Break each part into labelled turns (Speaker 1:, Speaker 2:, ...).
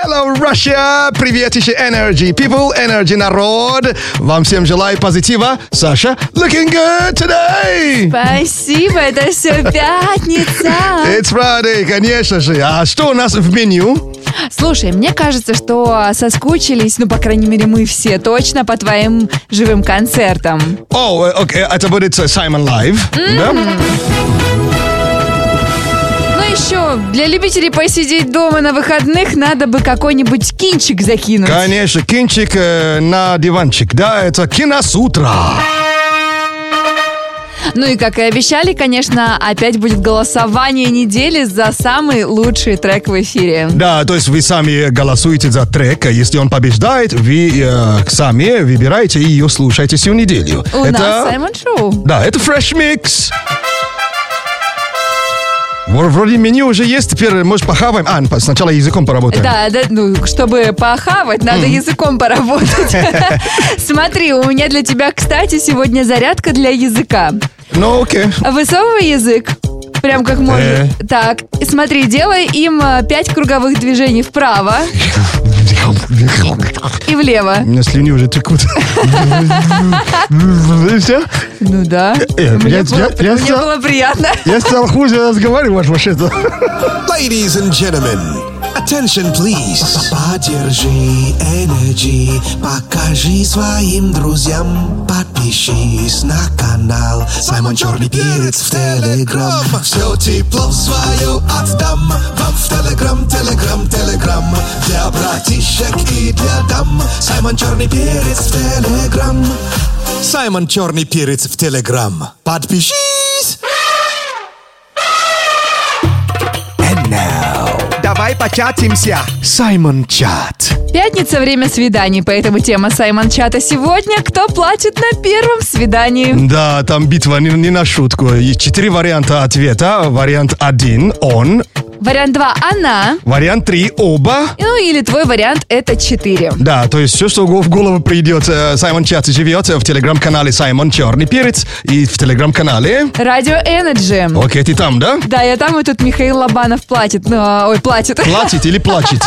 Speaker 1: Hello, Russia! Привет еще Energy People, Energy народ! Вам всем желаю позитива. Саша, looking good today!
Speaker 2: Спасибо, это все пятница.
Speaker 1: It's Friday, конечно же. А что у нас в меню?
Speaker 2: Слушай, мне кажется, что соскучились, ну, по крайней мере, мы все точно по твоим живым концертам.
Speaker 1: О, э, окей, это будет э, Саймон Лайв. да?
Speaker 2: Ну, еще, для любителей посидеть дома на выходных надо бы какой-нибудь кинчик закинуть.
Speaker 1: Конечно, кинчик э, на диванчик. Да, это киносутра.
Speaker 2: Ну и, как и обещали, конечно, опять будет голосование недели за самый лучший трек в эфире.
Speaker 1: Да, то есть вы сами голосуете за трек. Если он побеждает, вы э, сами выбираете и ее слушаете всю неделю.
Speaker 2: У нас Саймон Шоу.
Speaker 1: Да, это Fresh Mix. Вро- Вроде меню уже есть, теперь, может, похаваем. А, по- сначала языком поработаем.
Speaker 2: Да, да, ну, чтобы похавать, надо языком поработать. Смотри, у меня для тебя, кстати, сегодня зарядка для языка.
Speaker 1: Ну, окей.
Speaker 2: Высовывай язык. Прям
Speaker 1: Э.
Speaker 2: как можно. Так, смотри, делай им э, пять круговых движений вправо и влево.
Speaker 1: У меня слюни уже текут. И всё.
Speaker 2: Ну да.
Speaker 1: Э,
Speaker 2: Мне
Speaker 1: я-
Speaker 2: было-
Speaker 1: я- я
Speaker 2: мне
Speaker 1: стал-
Speaker 2: было приятно.
Speaker 1: Я стал хуже разговаривать вообще-то.
Speaker 3: Ladies and gentlemen, attention please. Поддержи Energy, покажи своим друзьям. Подпишись на канал Саймон Черный Перец в Телеграм. Все тепло свое отдам вам в Телеграм, Телеграм, Телеграм. Для братишек и для дам. Саймон Черный Перец в Телеграм. Саймон Черный Перец в Телеграм. Подпишись!
Speaker 4: Давай початимся.
Speaker 3: Саймон Чат.
Speaker 2: Пятница – время свиданий, поэтому тема Саймон Чата сегодня – кто платит на первом свидании?
Speaker 1: Да, там битва не, не на шутку. И четыре варианта ответа. Вариант один – он.
Speaker 2: Вариант 2 – она.
Speaker 1: Вариант три – оба.
Speaker 2: Ну или твой вариант – это 4.
Speaker 1: Да, то есть все, что в голову придет, э, Саймон Чат живет в телеграм-канале Саймон Черный Перец и в телеграм-канале.
Speaker 2: Радио Энерджи.
Speaker 1: Окей, ты там, да?
Speaker 2: Да, я там, и тут Михаил Лобанов платит. Ну, а, ой, платит.
Speaker 1: Платит или плачет?
Speaker 2: И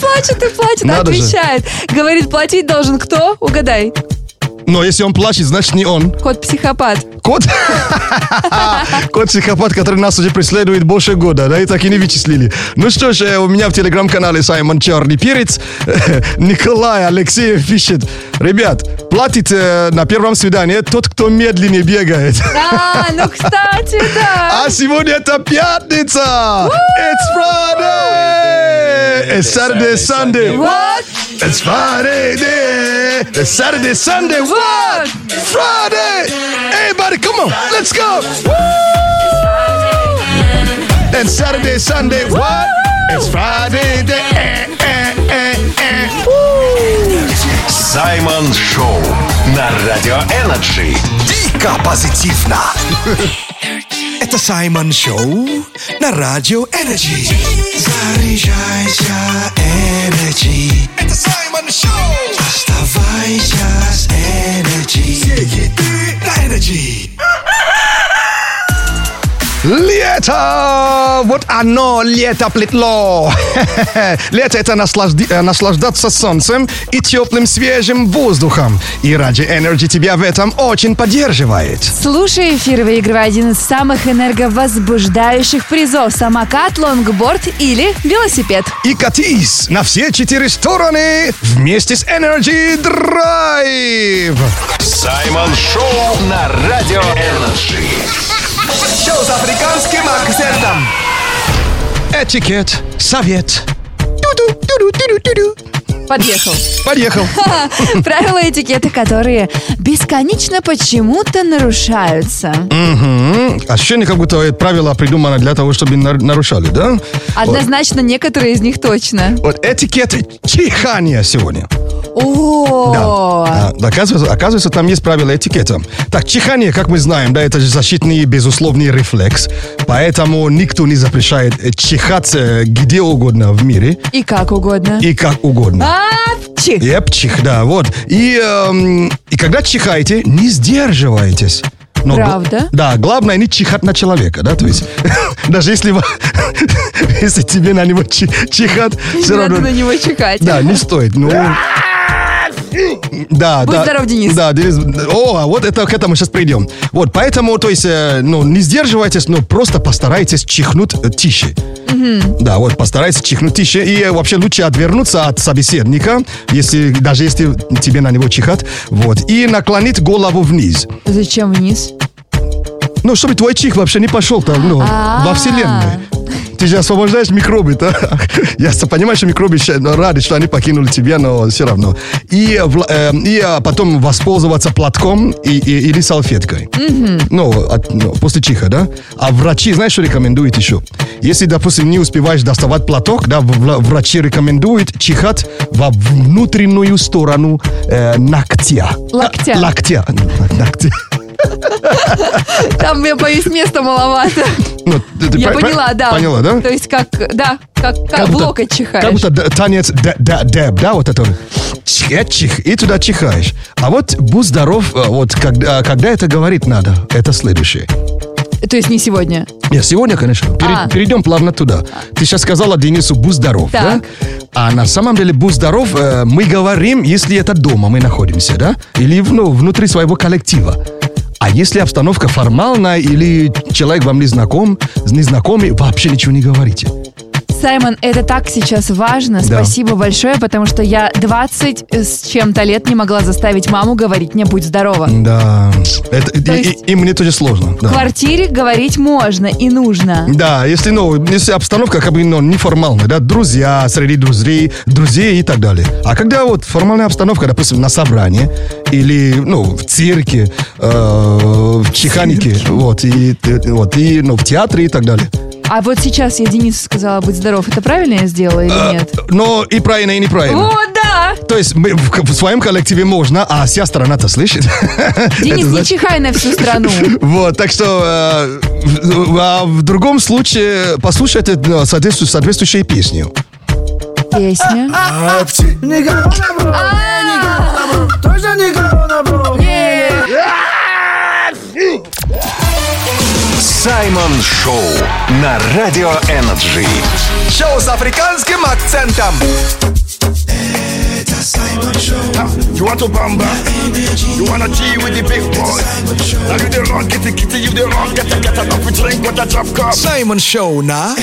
Speaker 2: плачет, и плачет,
Speaker 1: Надо же.
Speaker 2: отвечает. Говорит, платить должен кто? Угадай.
Speaker 1: Но если он плачет, значит не он.
Speaker 2: Кот-психопат.
Speaker 1: Кот? Кот психопат, который нас уже преследует больше года, да, и так и не вычислили. Ну что ж, э, у меня в телеграм-канале Саймон Черный Перец Николай Алексеев пишет, ребят, платит э, на первом свидании тот, кто медленнее бегает.
Speaker 2: А, ну, кстати, да.
Speaker 1: А сегодня это пятница! It's Friday! It's Saturday, Sunday.
Speaker 2: Вот.
Speaker 1: It's Friday day. It's Saturday, Sunday. What? Friday. Everybody, come on. Let's go. Woo! It's Saturday, Sunday. What? It's Friday day. Eh, eh, eh, eh. Woo!
Speaker 4: Саймон Шоу на Радио Энерджи.
Speaker 3: Дико позитивно. Это Саймон Шоу на Радио Энерджи. Заряжайся, Энерджи. Это Саймон Шоу. Оставайся с Энерджи. на Энерджи.
Speaker 1: Лето! Вот оно, лето плетло! Лето это наслажди- э, наслаждаться солнцем и теплым свежим воздухом. И Ради Energy тебя в этом очень поддерживает.
Speaker 2: Слушай эфир, выигрывай один из самых энерговозбуждающих призов. Самокат, лонгборд или велосипед.
Speaker 1: и катись на все четыре стороны вместе с Energy Drive.
Speaker 4: Саймон Шоу на Радио Энерджи.
Speaker 3: Шоу с африканским акцентом.
Speaker 1: Этикет, совет. Ту-ду, ту-ду, ту-ду, ту-ду.
Speaker 2: Подъехал.
Speaker 1: Поехал.
Speaker 2: Правила этикета, которые бесконечно почему-то нарушаются.
Speaker 1: М, Ощущение, как будто это правило придумано для того, чтобы нар- нарушали, да? Вот.
Speaker 2: Однозначно, некоторые из них точно.
Speaker 1: Вот этикет чихания сегодня.
Speaker 2: О,
Speaker 1: А, оказывается, оказывается, там есть правила этикета. Так, чихание, как мы знаем, да, это же защитный безусловный рефлекс. Поэтому никто не запрещает э, чихать э, где угодно в мире
Speaker 2: и как угодно.
Speaker 1: и как угодно.
Speaker 2: Апчи.
Speaker 1: Епчих, да, вот. И, эм, и когда чихаете, не сдерживайтесь. Но гла-
Speaker 2: Правда?
Speaker 1: да, главное не чихать на человека, да, то есть даже если, вы- если тебе на него чи- чихать, все
Speaker 2: Надо
Speaker 1: равно...
Speaker 2: на него чекать.
Speaker 1: Да, не стоит. Ну, да,
Speaker 2: Будь
Speaker 1: да.
Speaker 2: здоров, Денис.
Speaker 1: Да, Денис. О, а вот это к этому сейчас придем. Вот, поэтому, то есть, э, ну, не сдерживайтесь, но просто постарайтесь чихнуть э, тише. Да, вот, постарайтесь чихнуть тише. И э, вообще лучше отвернуться от собеседника, если, даже если тебе на него чихать. Вот. И наклонить голову вниз.
Speaker 2: Зачем вниз?
Speaker 1: Ну, чтобы твой чих вообще не пошел там, ну,
Speaker 2: А-а-а.
Speaker 1: во вселенную. Ты же освобождаешь микробы, да? Я с- понимаю, что микробы ща- ну, рады, что они покинули тебя, но все равно. И, э, вла- э, и э, потом воспользоваться платком и, и- или салфеткой. Ну, от- ну, после чиха, да? А врачи, знаешь, что рекомендуют еще? Если, допустим, не успеваешь доставать платок, да, в- вла- врачи рекомендуют чихать во внутреннюю сторону э, ногтя.
Speaker 2: Локтя.
Speaker 1: Локтя. Ногтя.
Speaker 2: Там, я боюсь, места маловато.
Speaker 1: Ну, ты- ты
Speaker 2: Я
Speaker 1: пон- пон-
Speaker 2: поняла, да.
Speaker 1: Поняла, да?
Speaker 2: То есть как, да, как, как, в
Speaker 1: будто-
Speaker 2: локоть чихаешь.
Speaker 1: Как будто д- танец д- д- дэб, да, вот это вот. Чих, чих, и туда чихаешь. А вот будь здоров, э, вот когда, когда это говорить надо, это следующее.
Speaker 2: То есть не сегодня.
Speaker 1: Нет, сегодня, конечно, пере-
Speaker 2: А.
Speaker 1: перейдем плавно туда. Ты сейчас сказала Денису «будь здоров»,
Speaker 2: Так.
Speaker 1: да? А на самом деле «будь здоров» э, мы говорим, если это дома мы находимся, да? Или ну, внутри своего коллектива. А если обстановка формальная или человек вам не знаком, незнакомый, вообще ничего не говорите.
Speaker 2: Саймон, это так сейчас важно.
Speaker 1: Да.
Speaker 2: Спасибо большое, потому что я 20 с чем-то лет не могла заставить маму говорить мне «будь здорова».
Speaker 1: Да. Это, и,
Speaker 2: То есть-
Speaker 1: и- и мне тоже сложно.
Speaker 2: В
Speaker 1: Да.
Speaker 2: квартире говорить можно и нужно.
Speaker 1: Да, если, ну, если обстановка как бы ну, неформальная, да, друзья, среди друзей, друзей и так далее. А когда вот формальная обстановка, допустим, на собрании или, ну, в цирке, э, в чеханике, вот, и, т- вот, и, ну, в театре и так далее.
Speaker 2: А вот сейчас я Денису сказала «будь здоров». Это правильно я сделала
Speaker 1: А,
Speaker 2: или нет?
Speaker 1: Но и правильно, и неправильно.
Speaker 2: О, да!
Speaker 1: То есть мы в, в своем коллективе можно, а вся страна-то слышит.
Speaker 2: Денис,
Speaker 1: Это
Speaker 2: не
Speaker 1: значит-
Speaker 2: чихай на всю
Speaker 5: Ну.
Speaker 2: страну.
Speaker 1: Вот, так что э, в, а в другом случае послушайте э, соответству- соответствующую песню.
Speaker 2: Песня.
Speaker 6: Ah,
Speaker 7: Никого не брал,
Speaker 2: А!
Speaker 7: никого не брал, точно никого не брал.
Speaker 4: Саймон Шоу на Радио Энерджи.
Speaker 5: Шоу с африканским акцентом.
Speaker 3: Это Саймон Шоу.
Speaker 6: Ah, You want to bamba? You wanna G with the big boy? Now you the wrong, get the kitty, you the wrong, get the get enough, we drink with a drop cup.
Speaker 5: Саймон Шоу на...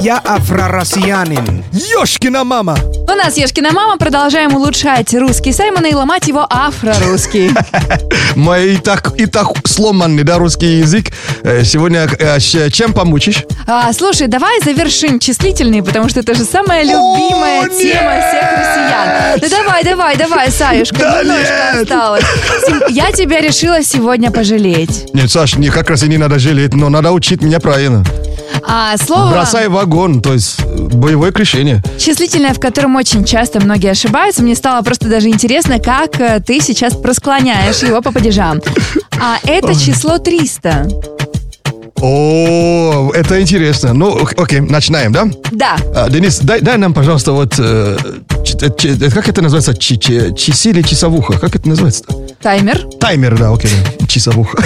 Speaker 7: Я афророссиянин.
Speaker 5: Ёшкина мама.
Speaker 2: У нас Ешкина мама. Продолжаем улучшать русский Саймона и ломать его афрорусский.
Speaker 1: Мой и так, и так сломанный, да, русский язык. Э, Сегодня э, щ- чем помучишь?
Speaker 2: А, слушай, давай завершим числительные, потому что это же самая любимая тема всех россиян. Да давай, давай, давай, Саюшка,
Speaker 1: Да
Speaker 2: немножко
Speaker 1: нет.
Speaker 2: осталось. Сим, Я тебя решила сегодня пожалеть.
Speaker 1: Нет, Саш, не, как раз и не надо жалеть, но надо учить меня правильно.
Speaker 2: А, слово
Speaker 1: Бросай вагон, то есть э, боевое крещение.
Speaker 2: числительное, в котором очень часто многие ошибаются. Мне стало просто даже интересно, как э, ты сейчас просклоняешь его по падежам. А это число 300.
Speaker 1: О, это интересно. Ну, ок- окей, начинаем, да?
Speaker 2: Да.
Speaker 1: А, Денис, дай, дай нам, пожалуйста, вот... э, чи- э, чи- э, как это называется? Чи- чи- Часы или часовуха? Как это называется-то?
Speaker 2: Таймер.
Speaker 1: Таймер, да, окей. да. Часовуха.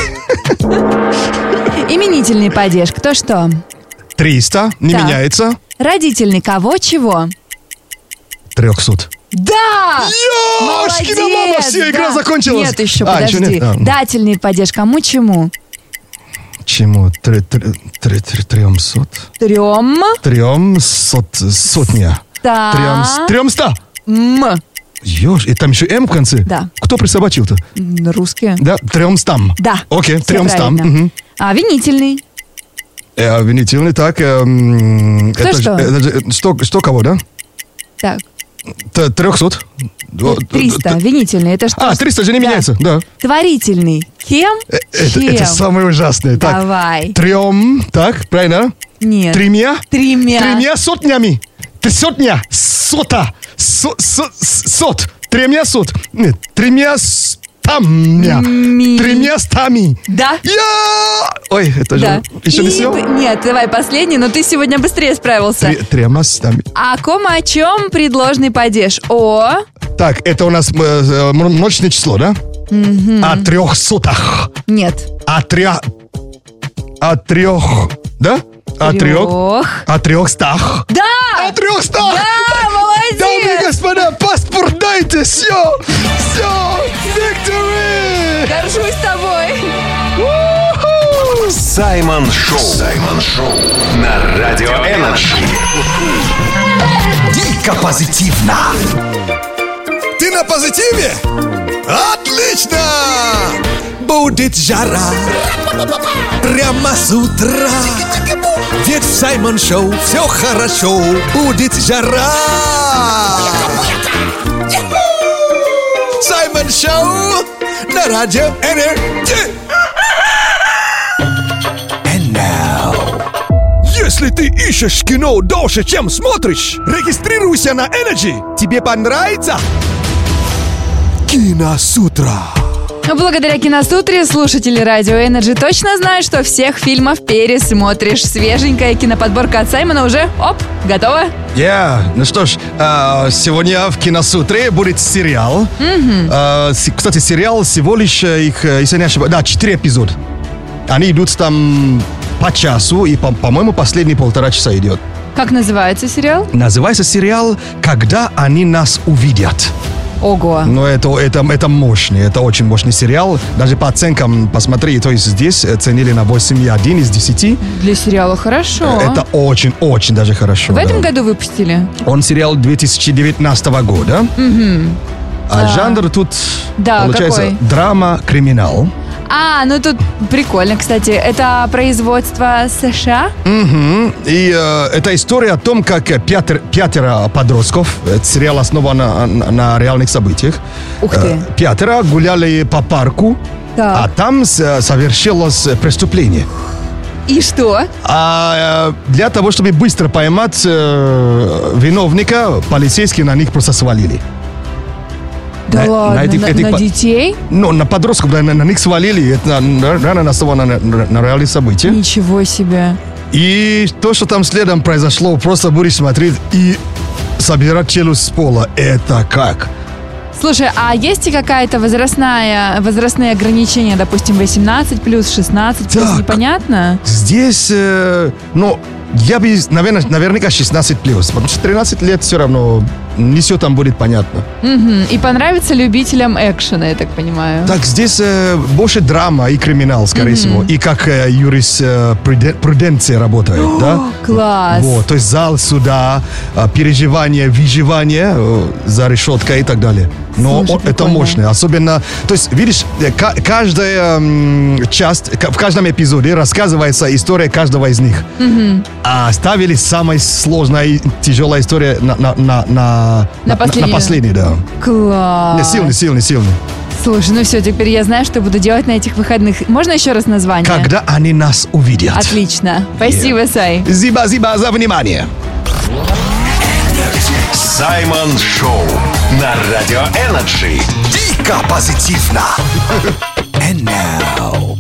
Speaker 2: Именительный падеж. Кто что?
Speaker 1: 300, не
Speaker 2: Так.
Speaker 1: меняется.
Speaker 2: Родительный кого чего?
Speaker 1: 300.
Speaker 2: Да!
Speaker 1: Ёшкина мама, все,
Speaker 2: да.
Speaker 1: игра закончилась.
Speaker 2: Нет, еще,
Speaker 1: А,
Speaker 2: подожди.
Speaker 1: ещё нет? А, ну.
Speaker 2: Дательный падеж кому чему?
Speaker 1: Чему? Три- три- три- три- Тремсот?
Speaker 2: Трем.
Speaker 1: Тремсот, сотня.
Speaker 2: Так.
Speaker 1: Тремс- Тремста.
Speaker 2: М.
Speaker 1: Ёж, и там еще М в конце.
Speaker 2: Да.
Speaker 1: Кто присобачил-то?
Speaker 2: М, Русские.
Speaker 1: Да, тремстам.
Speaker 2: Да.
Speaker 1: Окей,
Speaker 2: всё
Speaker 1: тремстам.
Speaker 2: правильно.
Speaker 1: Мгм.
Speaker 2: А, винительный.
Speaker 1: Э, обвинительный, так. эм,
Speaker 2: Кто
Speaker 1: это
Speaker 2: что?
Speaker 1: ж- это же- что? Что кого, да?
Speaker 2: Так,
Speaker 1: Т- Трехсот? Дво-
Speaker 2: 300.
Speaker 1: т-
Speaker 2: Винительный. Это что?
Speaker 1: А, 300 же не
Speaker 2: Да. меняется,
Speaker 1: меняется, да.
Speaker 2: Творительный. Кем?
Speaker 1: Э, Это,
Speaker 2: Чем?
Speaker 1: это самое ужасное. Так,
Speaker 2: Давай.
Speaker 1: трем, так, правильно?
Speaker 2: Нет.
Speaker 1: Тремя?
Speaker 2: Тремя.
Speaker 1: Тремя сотнями. Три сотня. Сота. Со- со- сот. Тремя сот. Нет, тремя стамя.
Speaker 2: Ми.
Speaker 1: Тремя стами.
Speaker 2: Да.
Speaker 1: Я! Ой, это же...
Speaker 2: Да.
Speaker 1: Еще не
Speaker 2: И
Speaker 1: все?
Speaker 2: п- Нет, давай последний, но ты сегодня быстрее справился.
Speaker 1: Тремя стами.
Speaker 2: А ком о чем предложный падеж? О,
Speaker 1: Так, это у нас э, э, м- ночное число, да? О трех сутах.
Speaker 2: Нет.
Speaker 1: О тря... О трех... Да? О трех...
Speaker 2: Трех.
Speaker 1: О трех стах.
Speaker 2: Да!
Speaker 1: О трех стах!
Speaker 2: Да,
Speaker 1: Дамы и
Speaker 2: молодец!
Speaker 1: господа, паспорт дайте! Все! Все! Victory!
Speaker 2: Горжусь тобой!
Speaker 4: Саймон Шоу. Саймон Шоу. На Радио Энерджи.
Speaker 5: Дико позитивно. Ты на позитиве? Отлично! Будет жара Прямо с утра Ведь в Саймон Шоу все хорошо Будет жара Саймон Шоу на радио Энерджи And now если ты ищешь кино дольше, чем смотришь, регистрируйся на Energy. Тебе понравится? Кино с утра.
Speaker 2: Благодаря киносутре слушатели Радио Энерджи точно знают, что всех фильмов пересмотришь. Свеженькая киноподборка от Саймона уже, оп, готова.
Speaker 1: Yeah. Ну что ж, э, сегодня в Киносутре будет сериал. Э, с- Кстати, сериал всего лишь э, их, э, если я не ошибаюсь, да, четыре эпизода. Они идут там по часу, и, по- по-моему, последние полтора часа идет.
Speaker 2: Как называется сериал?
Speaker 1: Называется сериал «Когда они нас увидят».
Speaker 2: Ого.
Speaker 1: Но это, это, это мощный, это очень мощный сериал. Даже по оценкам, посмотри, то есть здесь э, ценили на 8,1 из 10.
Speaker 2: Для сериала хорошо.
Speaker 1: Э, Это очень-очень даже хорошо.
Speaker 2: В этом
Speaker 1: да.
Speaker 2: году выпустили?
Speaker 1: Он сериал 2019 года. А жанр тут
Speaker 2: Да,
Speaker 1: получается
Speaker 2: какой?
Speaker 1: драма, криминал.
Speaker 2: А, ну тут прикольно, кстати. Это производство США?
Speaker 1: Мгм. И э, это история о том, как э, пятер- пятеро подростков, э, сериал основан на, на- на реальных событиях,
Speaker 2: Ух ты.
Speaker 1: Э, пятеро гуляли по парку,
Speaker 2: Так.
Speaker 1: а там с- совершилось э, преступление.
Speaker 2: И что?
Speaker 1: А э, для того, чтобы быстро поймать э, виновника, полицейские на них просто свалили.
Speaker 2: Да
Speaker 1: На- на
Speaker 2: ладно,
Speaker 1: этих-
Speaker 2: на,
Speaker 1: этих
Speaker 2: на
Speaker 1: по-
Speaker 2: детей?
Speaker 1: Ну, на подростков, да, на, на них свалили. Это на- рано основано на, на, на реальных событиях.
Speaker 2: Ничего себе.
Speaker 1: И то, что там следом произошло, просто будешь смотреть и собирать челюсть с пола. Это как?
Speaker 2: Слушай, а есть ли какая-то возрастная, возрастные ограничения, допустим, 18 плюс, 16 плюс,
Speaker 1: Так.
Speaker 2: непонятно?
Speaker 1: Здесь, э, ну, я бы, наверное, наверняка 16 плюс. Потому что 13 лет все равно не все там будет понятно.
Speaker 2: Мгм. И понравится любителям экшена, я так понимаю.
Speaker 1: Так, здесь э, больше драма и криминал, скорее всего. И как э, юриспруденция работает, да?
Speaker 2: Класс.
Speaker 1: Вот, то есть зал суда, а, переживание, выживание э, за решеткой и так далее. Но
Speaker 2: Слушай,
Speaker 1: о- это
Speaker 2: прикольно.
Speaker 1: мощно, особенно, то есть видишь, э, ка- каждая м, часть, ка- в каждом эпизоде рассказывается история каждого из них. А оставили самая сложная и тяжелая история на, на, на, на, на- на
Speaker 2: последнюю.
Speaker 1: последний, да.
Speaker 2: Класс.
Speaker 1: Не, сильный, сильный, сильный.
Speaker 2: Слушай, ну все, теперь я знаю, что буду делать на этих выходных. Можно еще раз название?
Speaker 1: Когда они нас увидят.
Speaker 2: А Отлично. Спасибо, Сай.
Speaker 1: Зиба-зиба за внимание.
Speaker 4: Саймон Шоу. На Радио Энерджи.
Speaker 5: Дико позитивно. And now.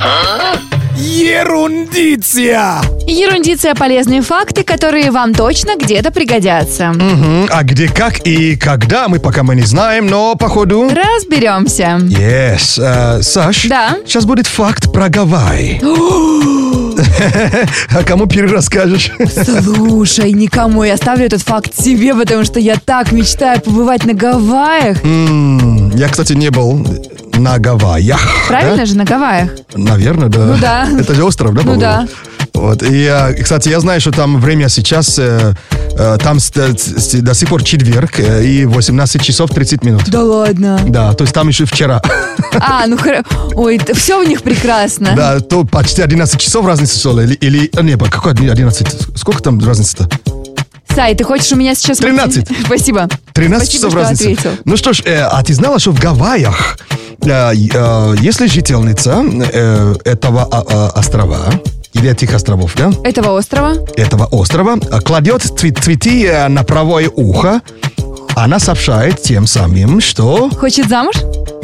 Speaker 5: Ерундиция.
Speaker 2: Ерундиция полезные факты, которые вам точно где-то пригодятся.
Speaker 1: М, А где, как и когда, мы пока мы не знаем, но походу...
Speaker 2: Разберемся.
Speaker 1: Yes. Э, Саш?
Speaker 2: Да?
Speaker 1: Сейчас будет факт про Гавайи. а кому перерасскажешь?
Speaker 2: Слушай, никому я оставлю этот факт себе, потому что я так мечтаю побывать на Гавайях.
Speaker 1: М, Я, кстати, не был на Гавайях.
Speaker 2: Правильно же, на Гавайях.
Speaker 1: Наверное, да. Ну
Speaker 2: да.
Speaker 1: Это же остров, да,
Speaker 2: Ну
Speaker 1: по-моему?
Speaker 2: да.
Speaker 1: Вот. И, э, кстати, я знаю, что там время сейчас, э, э, там с- с- до сих пор четверг э, и 18 часов 30 минут.
Speaker 2: Да ладно.
Speaker 1: Да, то есть там еще вчера.
Speaker 2: А, ну хра- Ой, все у них прекрасно.
Speaker 1: Да, то почти 11 часов разница что ли, или... или а, не, по- какой 11? Сколько там разница-то?
Speaker 2: Сай, ты хочешь у меня сейчас...
Speaker 1: 13.
Speaker 2: Спасибо.
Speaker 1: 13
Speaker 2: Спасибо,
Speaker 1: часов
Speaker 2: что
Speaker 1: разница.
Speaker 2: ответил.
Speaker 1: Ну что ж, э, а ты знала, что в Гавайях, э, э, если жительница э, этого а, а, острова, или этих островов, да,
Speaker 2: Этого острова?
Speaker 1: этого острова, э, кладет цве- цветы э, на правое ухо, она сообщает тем самым, что
Speaker 2: Хочет замуж?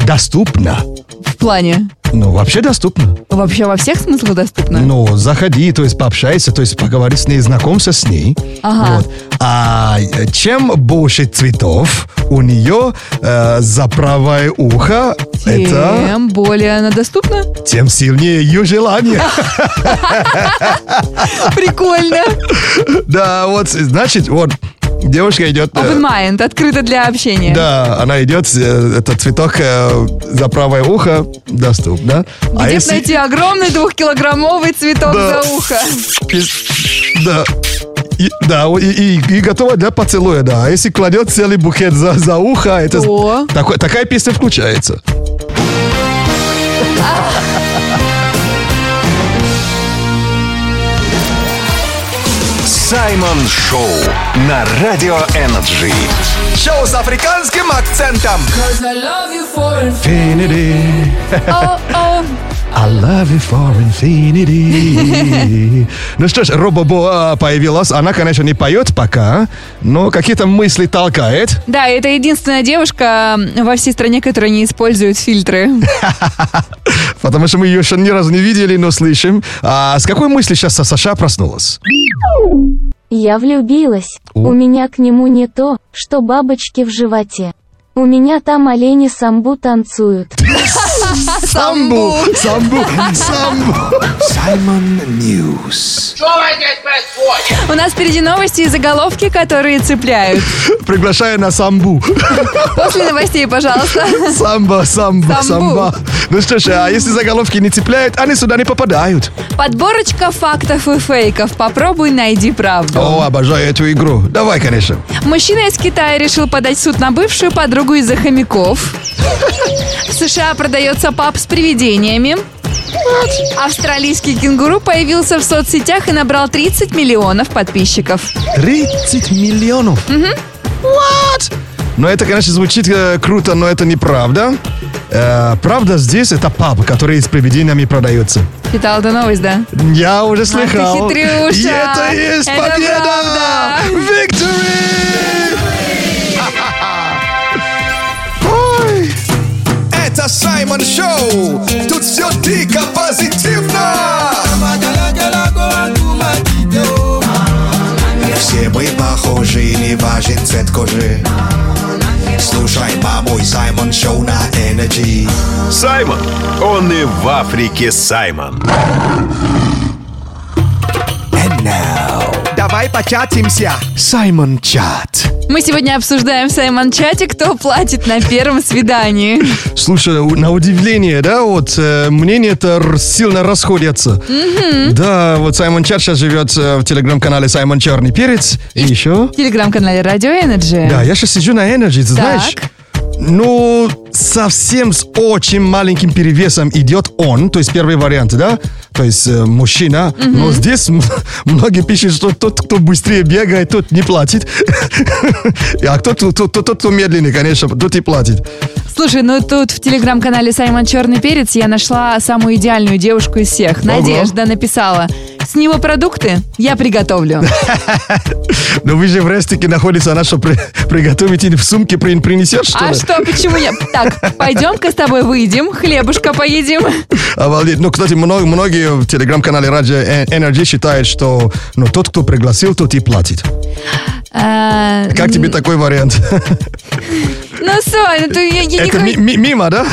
Speaker 1: доступно.
Speaker 2: В плане.
Speaker 1: Ну, вообще доступно.
Speaker 2: Вообще во всех смыслах доступно?
Speaker 1: Ну, заходи, то есть пообщайся, то есть поговори с ней, знакомься с ней.
Speaker 2: Ага.
Speaker 1: Вот. А чем больше цветов у нее э, за правое ухо,
Speaker 2: Тем
Speaker 1: это
Speaker 2: более она доступна.
Speaker 1: тем сильнее ее желание.
Speaker 2: Прикольно.
Speaker 1: Да, вот, значит, вот, девушка идет... э,
Speaker 2: Open mind, открыто для общения.
Speaker 1: Да, она идет, э, это цветок э, за правое ухо доступно. А
Speaker 2: Где б
Speaker 1: если-
Speaker 2: найти огромный двухкилограммовый цветок
Speaker 1: Да.
Speaker 2: за ухо?
Speaker 1: И- Да. И, да, и, и- и готова для поцелуя, да. А если кладет целый букет за, за ухо, это
Speaker 2: О.
Speaker 1: такой- такая песня включается.
Speaker 4: Саймон Шоу на Радио Энерджи.
Speaker 5: Шоу с африканским акцентом.
Speaker 2: О, о,
Speaker 1: I love you for infinity. Ну что ж, Робобо а, появилась. Она, конечно, не поет пока, но какие-то мысли толкает.
Speaker 2: Да, это единственная девушка во всей стране, которая не использует фильтры.
Speaker 1: Потому что мы ее еще ни разу не видели, но слышим. А с какой мысли сейчас Саша проснулась?
Speaker 8: Я влюбилась.
Speaker 1: О.
Speaker 8: У меня к нему не то, что бабочки в животе. У меня там олени самбу танцуют.
Speaker 1: Самбу! Самбу! Самбу!
Speaker 2: У нас впереди новости и заголовки, которые цепляют.
Speaker 1: Приглашаю на самбу.
Speaker 2: После новостей, пожалуйста.
Speaker 1: Самба, самба,
Speaker 2: Самбу.
Speaker 1: самба. Ну что ж, а если заголовки не цепляют, они сюда не попадают.
Speaker 2: Подборочка фактов и фейков. Попробуй найди правду.
Speaker 1: О, обожаю эту игру. Давай, конечно.
Speaker 2: Мужчина из Китая решил подать в суд на бывшую подругу из-за хомяков. В США продается пап с привидениями. Австралийский кенгуру появился в соцсетях и набрал 30 миллионов подписчиков.
Speaker 1: 30 миллионов. What? Ну, это, конечно, звучит э, круто, но это неправда. Э, правда здесь это паб, который с привидениями продается.
Speaker 2: Читал эту новость, да?
Speaker 1: Я уже слыхал.
Speaker 2: ты хитрюша.
Speaker 1: И это есть
Speaker 2: Это
Speaker 1: победа!
Speaker 2: правда.
Speaker 1: Victory!
Speaker 5: Это Саймон Шоу. Тут все дико позитивно.
Speaker 3: Все мы похожи, не важен цвет кожи Слушай, мамой Саймон Шоу на Energy
Speaker 4: Саймон. Он и в Африке Саймон.
Speaker 5: Давай початимся. Саймон Чат.
Speaker 2: Мы сегодня обсуждаем в Саймон Чате, кто платит на первом свидании.
Speaker 1: Слушай, у- на удивление, да, вот э, мнения-то р- сильно расходятся. Да, вот Саймон Чар сейчас живет э, в телеграм-канале Саймон Черный Перец. И еще...
Speaker 2: В телеграм-канале Радио Энерджи.
Speaker 1: Да, я сейчас сижу на Energy, ты знаешь?
Speaker 2: Так.
Speaker 1: Ну, совсем с очень маленьким перевесом идет он, то есть первый вариант, да? То есть э, мужчина. Но здесь м- многие пишут, что тот, кто быстрее бегает, тот не платит. А кто- кто- кто- тот, кто медленный, конечно, тот и платит.
Speaker 2: Слушай, ну тут в телеграм-канале Саймон Черный Перец я нашла самую идеальную девушку из всех. Надежда написала. С него продукты я приготовлю.
Speaker 1: Но Ну, вы же в рестике находится, она что, при- приготовить или в сумке при- принесешь, что
Speaker 2: А
Speaker 1: ли?
Speaker 2: что, почему я... Так, пойдем-ка с тобой выйдем, хлебушка поедим.
Speaker 1: Обалдеть. Ну, кстати, мно- многие в телеграм-канале Раджа Energy считают, что ну, тот, кто пригласил, тот и платит.
Speaker 2: А,
Speaker 1: Как тебе такой вариант?
Speaker 2: Ну, Соня, ну, ты- я, я не
Speaker 1: Это ми-
Speaker 2: хо-
Speaker 1: ми- мимо, да?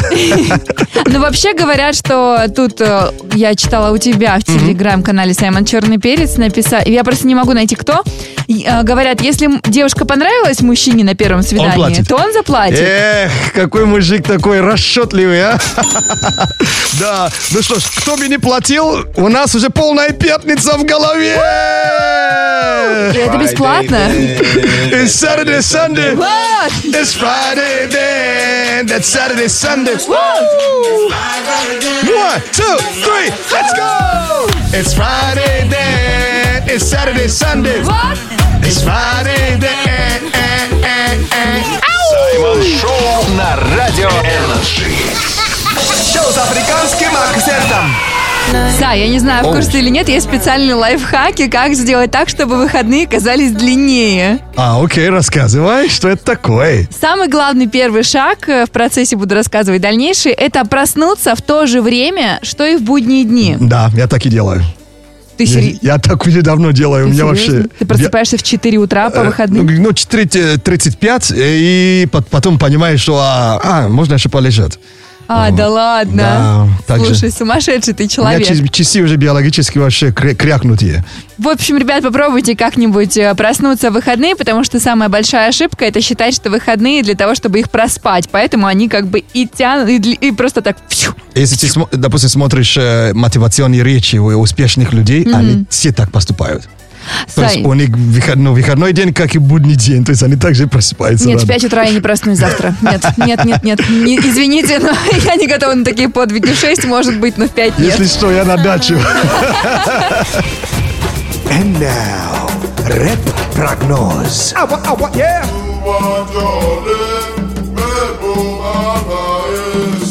Speaker 2: Ну, вообще говорят, что тут э, я читала у тебя в телеграм-канале Саймон Черный Перец написал. Я просто не могу найти кто. И, э, говорят, если м- девушка понравилась мужчине на первом свидании,
Speaker 1: платит.
Speaker 2: то он заплатит.
Speaker 1: Эх, какой мужик такой расчетливый, а? Да, ну что ж, кто бы не платил, у нас уже полная пятница в голове! Э,
Speaker 2: И это бесплатно.
Speaker 1: It's Saturday, Sunday!
Speaker 2: Вот.
Speaker 1: It's Friday then. That's Saturday, Sunday. Woo! One, two, three, let's go! It's Friday then. It's Saturday, Sunday.
Speaker 2: Вот.
Speaker 1: It's Friday then.
Speaker 4: Саймон Шоу на Радио Энерджи.
Speaker 5: Шоу с африканским акцентом.
Speaker 2: Да, я не знаю, в курсе или нет, есть специальные лайфхаки, как сделать так, чтобы выходные казались длиннее.
Speaker 1: А, окей, рассказывай, что это такое.
Speaker 2: Самый главный первый шаг, э, в процессе буду рассказывать дальнейший, это проснуться в то же время, что и в будние дни.
Speaker 1: Да, я так и делаю.
Speaker 2: Ты,
Speaker 1: Я,
Speaker 2: сери-
Speaker 1: я так уже давно делаю, у меня
Speaker 2: серьезно?
Speaker 1: вообще...
Speaker 2: Ты просыпаешься в 4 утра по
Speaker 1: я-
Speaker 2: выходным?
Speaker 1: Ну, 4, 35, э, и пот- потом понимаешь, что а, а, можно еще полежать.
Speaker 2: А, да ладно.
Speaker 1: Да, так же.
Speaker 2: Слушай, сумасшедший ты
Speaker 1: У меня
Speaker 2: человек.
Speaker 1: чис- часы уже биологически вообще кря- крякнутые.
Speaker 2: В общем, ребят, попробуйте как-нибудь э, проснуться в выходные, потому что самая большая ошибка это считать, что выходные для того, чтобы их проспать. Поэтому они как бы и тянут, и, дли- и просто так... фью.
Speaker 1: Если ты, смо- допустим, смотришь э, мотивационные речи у успешных людей, они все так поступают. То
Speaker 2: Сань,
Speaker 1: есть у них выходной, ну, выходной день, как и будний день. То есть они также просыпаются.
Speaker 2: Нет, в
Speaker 1: рано.
Speaker 2: 5 утра я не проснусь завтра. Нет, нет, нет, нет. Не- извините, но я не готова на такие подвиги. 6, может быть, но в 5 нет.
Speaker 1: Если что, я на дачу.
Speaker 3: And now, Rep Prognoz.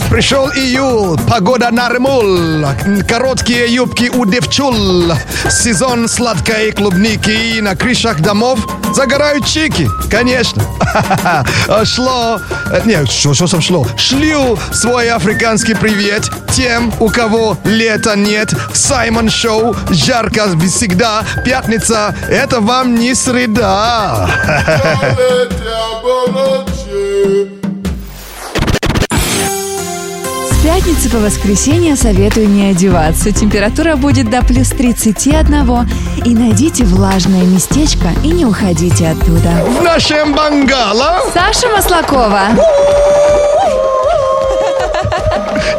Speaker 1: Пришел июль, погода нормул, короткие юбки у девчул, сезон сладкой клубники и на крышах домов загорают чики, конечно. Шло, э, не, что что там шло? Шлю свой африканский привет тем, у кого лета нет. Саймон Шоу, жарко всегда, пятница, это вам не среда.
Speaker 2: С пятницы по воскресенье советую не одеваться. Температура будет до плюс 31. И найдите влажное местечко и не уходите оттуда.
Speaker 1: В нашем Бангала
Speaker 2: Саша Маслакова.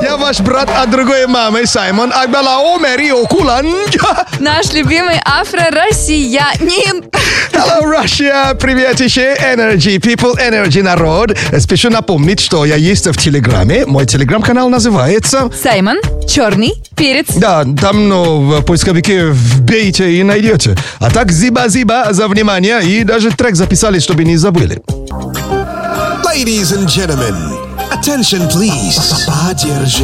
Speaker 1: Я ваш брат от другой мамы, Саймон Агбалао Мэрио Кулан.
Speaker 2: Наш любимый афро-россиянин.
Speaker 1: Hello, Russia! Привет еще, Energy People, Energy народ. Спешу напомнить, что я есть в Телеграме. Мой Телеграм-канал называется...
Speaker 2: Саймон, черный перец.
Speaker 1: Да, там, ну, в поисковике вбейте и найдете. А так, зиба-зиба за внимание. И даже трек записали, чтобы не забыли.
Speaker 3: Ladies and gentlemen, attention please. Поддержи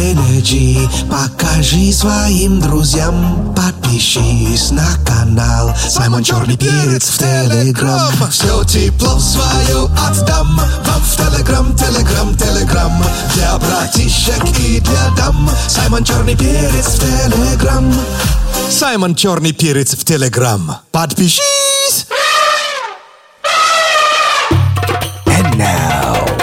Speaker 3: Energy, покажи своим друзьям, подпишись на канал. Саймон Черный Перец в Телеграм. Все тепло свое отдам вам в Телеграм, Телеграм, Телеграм. Для братишек и для дам. Саймон Черный Перец в Телеграм. Саймон Черный Перец в Телеграм. Подпишись!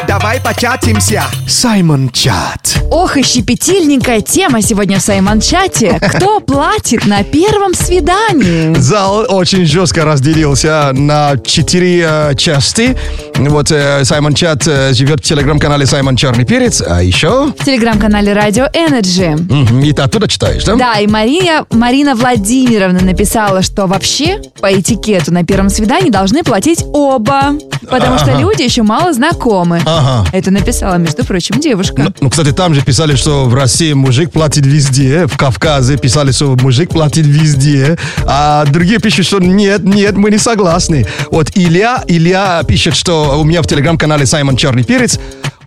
Speaker 5: Давай початимся.
Speaker 1: Саймон Чат.
Speaker 2: Ох, и щепетильненькая тема сегодня в Саймон-чате. Кто платит на первом свидании?
Speaker 1: Зал очень жестко разделился на четыре э, части. Вот э, Саймон Чат э, живет в телеграм-канале Саймон Черный Перец, а еще...
Speaker 2: В телеграм-канале Радио Energy.
Speaker 1: Мгм, И ты оттуда читаешь, да?
Speaker 2: Да, и Мария, Марина Владимировна написала, что вообще по этикету на первом свидании должны платить оба, потому что люди еще мало знакомы.
Speaker 1: Ага.
Speaker 2: Это написала, между прочим, девушка.
Speaker 1: А. Ну, кстати, там же писали, что в России мужик платит везде, э, в Кавказе писали, что мужик платит везде, а другие пишут, что нет, нет, мы не согласны. Вот Илья, Илья пишет, что у меня в телеграм-канале Саймон Черный Перец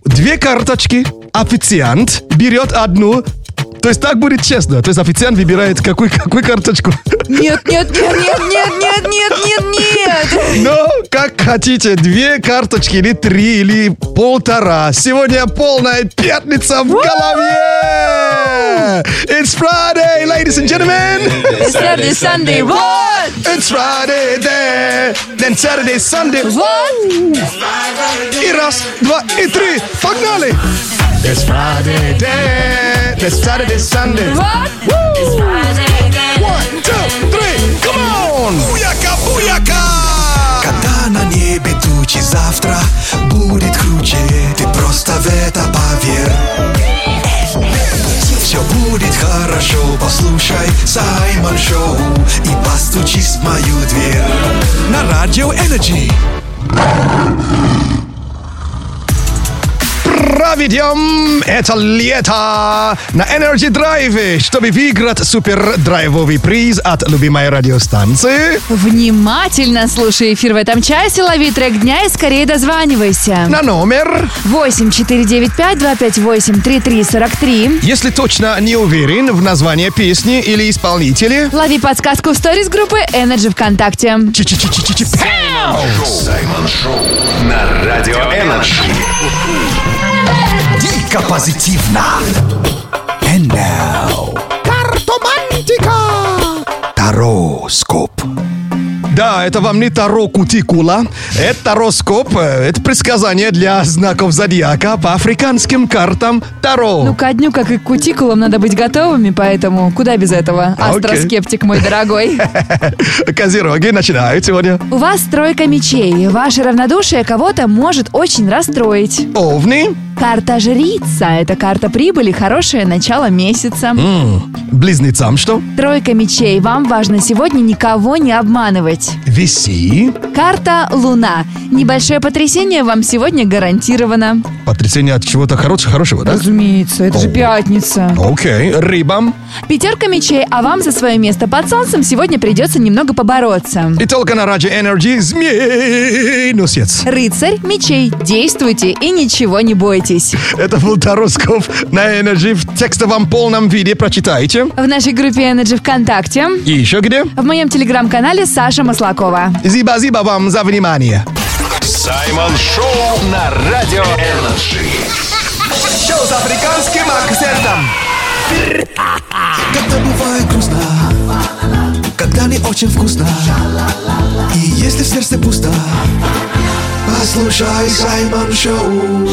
Speaker 1: две карточки, официант берет одну, то есть так будет честно. То есть официант выбирает какую, какую карточку.
Speaker 2: Нет, нет, нет, нет, нет, нет, нет, нет, нет.
Speaker 1: Но как хотите, две карточки или три, или полтора. Сегодня полная пятница в голове! It's Friday, ladies and gentlemen!
Speaker 2: Saturday, Sunday, вот,
Speaker 1: It's Friday there, then Saturday, Sunday.
Speaker 2: вот.
Speaker 1: И раз, два, и три, погнали! It's Friday there, then Saturday, Sunday.
Speaker 2: Вот.
Speaker 1: One, two, three, come on! Буяка, буяка!
Speaker 3: Когда на небе тучи завтра будет круче, ты просто в это поверь. Все будет хорошо, послушай Саймон Шоу и постучись в мою дверь. На радио Energy.
Speaker 1: проведем это лето на Energy Drive, чтобы выиграть супер драйвовый приз от любимой радиостанции.
Speaker 2: Внимательно слушай эфир в этом часе, лови трек дня и скорее дозванивайся.
Speaker 1: На номер,
Speaker 2: 8 495 258 3343.
Speaker 1: если точно не уверен в названии песни или исполнителя,
Speaker 2: Лови подсказку в сторис группы Energy ВКонтакте.
Speaker 1: чи-чи-чи-чи-чи-пау!
Speaker 4: Саймон Шоу на Радио Энерджи.
Speaker 5: Дико позитивно. And now. Картомантика. Тароскоп.
Speaker 1: Да, это вам не Таро Кутикула, это Тароскоп, э, это предсказание для знаков зодиака по африканским картам Таро.
Speaker 2: Ну, ко дню, как и к кутикулам, надо быть готовыми, поэтому куда без этого?
Speaker 1: Окей.
Speaker 2: Астроскептик, мой дорогой.
Speaker 1: Козероги начинают сегодня.
Speaker 2: У вас тройка мечей. Ваше равнодушие кого-то может очень расстроить.
Speaker 1: Овны,
Speaker 2: Карта жрица – это карта прибыли, хорошее начало месяца.
Speaker 1: М, близнецам что?
Speaker 2: Тройка мечей. Вам важно сегодня никого не обманывать.
Speaker 1: Веси,
Speaker 2: Карта луна. Небольшое потрясение вам сегодня гарантировано.
Speaker 1: потрясение от чего-то хорошего, хорошего, да?
Speaker 2: Разумеется, это же пятница.
Speaker 1: Окей, рыбам.
Speaker 2: Пятерка мечей, а вам за свое место под солнцем сегодня придется немного побороться.
Speaker 1: И только на Раджи Энерджи змей носец.
Speaker 2: Рыцарь мечей. Действуйте и ничего не бойтесь.
Speaker 1: Это был Тароскоп на Энерджи в текстовом полном виде. Прочитайте.
Speaker 2: В нашей группе Energy ВКонтакте,
Speaker 1: И еще где?
Speaker 2: в моем телеграм-канале Саша Маслакова.
Speaker 1: Зиба-зиба вам за внимание.
Speaker 4: Саймон Шоу на Радио Энерджи.
Speaker 5: Шоу с африканским акцентом.
Speaker 3: Когда бывает грустно, когда не очень вкусно, и если в сердце пусто, послушай Саймон Шоу.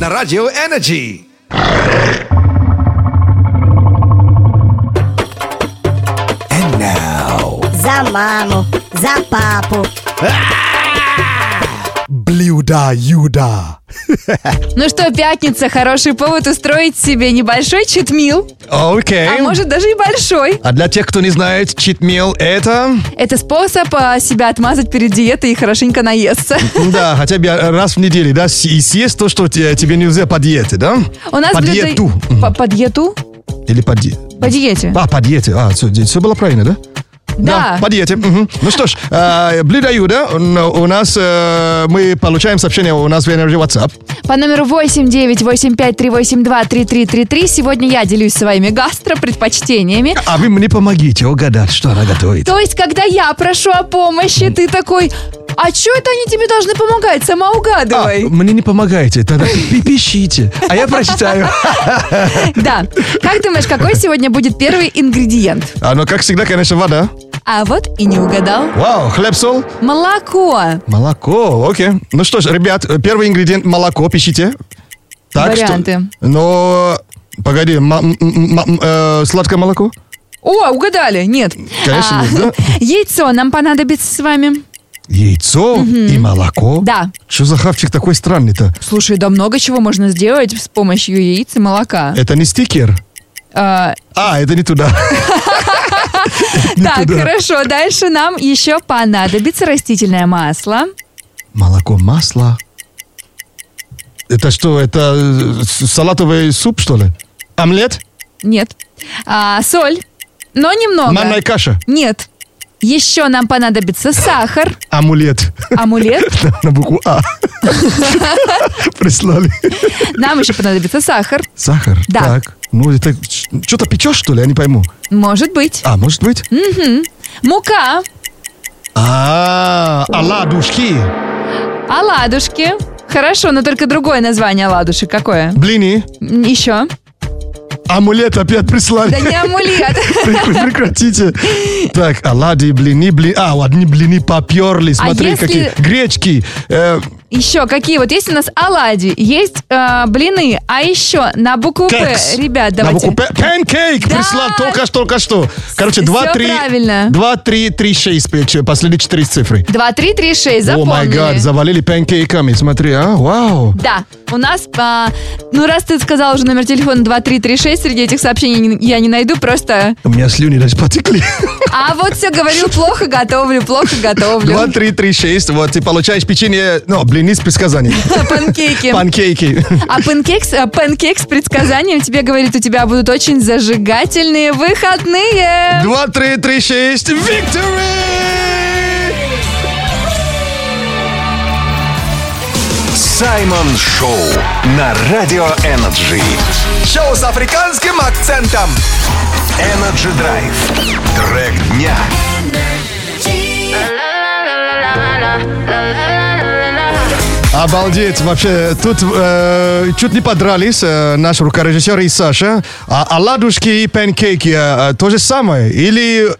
Speaker 5: На радио Энерджи. And now.
Speaker 9: За маму, за папу.
Speaker 5: Блюда Юда.
Speaker 2: Ну что, пятница, хороший повод устроить себе небольшой читмил,
Speaker 1: Окей.
Speaker 2: а может даже и большой.
Speaker 1: А для тех, кто не знает, читмил это...
Speaker 2: Это способ а, себя отмазать перед диетой и хорошенько наесться.
Speaker 1: Ну Да, хотя бы раз в неделю, да, с- и съесть то, что те- тебе нельзя по диете, да?
Speaker 2: У нас
Speaker 1: по
Speaker 2: блюдо-
Speaker 1: диету.
Speaker 2: По, по диету?
Speaker 1: Или по диете.
Speaker 2: По диете.
Speaker 1: А, по диете. А, все, было правильно, да?
Speaker 2: Да.
Speaker 1: по диете. Мгм. Ну что ж, э, блюдо Юда, м, у нас, э, мы получаем сообщение у нас в Energy WhatsApp.
Speaker 2: По номеру 89853823333 сегодня я делюсь своими гастропредпочтениями.
Speaker 1: А вы мне помогите угадать, что она готовит.
Speaker 2: То есть, когда я прошу о помощи, ты такой, а чё это они тебе должны помогать? Сама
Speaker 1: А,
Speaker 2: угадывай.
Speaker 1: мне не помогаете, тогда пи- пишите, а я прочитаю.
Speaker 2: Да. Как думаешь, какой сегодня будет первый ингредиент?
Speaker 1: А, ну, как всегда, конечно, вода.
Speaker 2: А вот и не угадал.
Speaker 1: Вау, хлеб, соль,
Speaker 2: Молоко.
Speaker 1: молоко, окей. Ну что ж, ребят, первый ингредиент молоко, пишите. что-
Speaker 2: Варианты.
Speaker 1: но, погоди, ма- м- м- м- э, сладкое молоко?
Speaker 2: О, угадали. Нет.
Speaker 1: Конечно,
Speaker 2: А,
Speaker 1: нет, да?
Speaker 2: Яйцо нам понадобится с вами.
Speaker 1: Яйцо и молоко?
Speaker 2: Да.
Speaker 1: Что за хавчик такой странный-то?
Speaker 2: Слушай, да много чего можно сделать с помощью яиц и молока.
Speaker 1: Это не стикер?
Speaker 2: А,
Speaker 1: А, это не туда.
Speaker 2: Так,
Speaker 1: туда.
Speaker 2: хорошо. Дальше нам еще понадобится растительное масло.
Speaker 1: Молоко, масло. Это что, это э, с- салатовый суп, что ли? Омлет?
Speaker 2: Нет. А, соль. Но немного.
Speaker 1: Манная каша?
Speaker 2: Нет. Еще нам понадобится сахар,
Speaker 1: Амулет.
Speaker 2: амулет.
Speaker 1: На букву А. Прислали.
Speaker 2: Нам еще понадобится сахар.
Speaker 1: Сахар?
Speaker 2: Да.
Speaker 1: Так. Ну, это что-то печешь, что ли? Я не пойму.
Speaker 2: Может быть.
Speaker 1: А, может быть?
Speaker 2: Мука,
Speaker 1: А, оладушки.
Speaker 2: оладушки. Хорошо, но только другое название оладушек какое?
Speaker 1: Блины.
Speaker 2: М, Еще.
Speaker 1: Амулет опять прислали.
Speaker 2: Да не амулет.
Speaker 1: Прек- Прекратите. Так, оладьи, блины, блины. А, одни блины поперли. Смотри,
Speaker 2: А если-
Speaker 1: какие. Гречки. э,
Speaker 2: Еще какие? Вот есть у нас оладьи, есть э, блины, а еще на букву П,
Speaker 1: кекс.
Speaker 2: ребят,
Speaker 1: На
Speaker 2: давайте.
Speaker 1: букву П. Панкейк
Speaker 2: Да.
Speaker 1: прислал только что, только что. Короче,
Speaker 2: Всё
Speaker 1: 2, 3,
Speaker 2: правильно.
Speaker 1: 2, 3, 3, 6, э, последние четыре цифры.
Speaker 2: 2, 3, 3, 6,
Speaker 1: О май гад,
Speaker 2: запомнили.
Speaker 1: завалили панкейками, смотри, а, вау.
Speaker 2: Да, у нас, а, ну раз ты сказал уже номер телефона 2336, среди этих сообщений не- я не найду, просто...
Speaker 1: У меня слюни даже потекли.
Speaker 2: А вот все говорил, плохо готовлю, плохо готовлю.
Speaker 1: 2, 3, 3, 6, вот, ты получаешь печенье, ну, блины блины с предсказаниями.
Speaker 2: Панкейки.
Speaker 1: Панкейки.
Speaker 2: А панкейк, с- а панкейк с предсказанием тебе говорит, у тебя будут очень зажигательные выходные.
Speaker 1: Два, три, три, шесть. Victory!
Speaker 4: Саймон Шоу на Радио Энерджи.
Speaker 5: Шоу с африканским акцентом.
Speaker 4: Energy Драйв. Трек дня.
Speaker 1: Обалдеть, вообще. Тут э, чуть не подрались э, наш рукорежиссер и Саша. А оладушки и панкейки э, э, то же самое? Или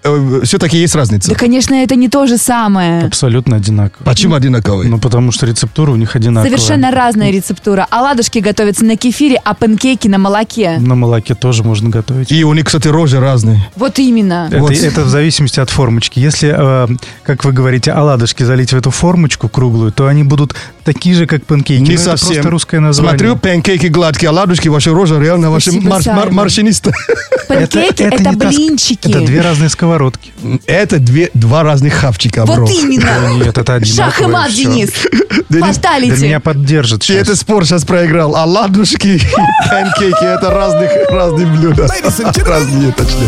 Speaker 1: все-таки есть разница?
Speaker 2: Да, конечно, это не то же самое.
Speaker 10: Абсолютно одинаково.
Speaker 1: Почему одинаковые?
Speaker 10: Ну, потому что рецептура у них одинаковая.
Speaker 2: Совершенно разная рецептура. Оладушки готовятся на кефире, а панкейки на молоке.
Speaker 10: На молоке тоже можно готовить.
Speaker 1: И у них, кстати, рожи разные.
Speaker 2: Вот именно.
Speaker 10: Это,
Speaker 1: Вот.
Speaker 10: это в зависимости от формочки. Если, э, как вы говорите, оладушки залить в эту формочку круглую, то они будут такие же, как панкейки.
Speaker 1: Не
Speaker 10: Но это
Speaker 1: совсем.
Speaker 10: просто русское название.
Speaker 1: Смотрю, панкейки гладкие, оладушки, ваши рожа реально ваши
Speaker 2: Спасибо,
Speaker 1: мар- мар-
Speaker 2: Саймон.
Speaker 1: морщинистые.
Speaker 2: Панкейки это,
Speaker 10: не та ск-
Speaker 2: блинчики.
Speaker 10: Это две разные сковородки.
Speaker 1: Это две, два разных хавчика, бро.
Speaker 2: Вот именно.
Speaker 10: Нет, это один.
Speaker 2: Шах и мат, Денис.
Speaker 1: Денис,
Speaker 10: Да
Speaker 2: Поставите.
Speaker 10: меня поддержит
Speaker 1: Ты
Speaker 10: сейчас.
Speaker 1: этот спор сейчас проиграл. Оладушки и панкейки это разных, разные блюда.
Speaker 5: Ladies and gentlemen.
Speaker 1: Разные, точнее.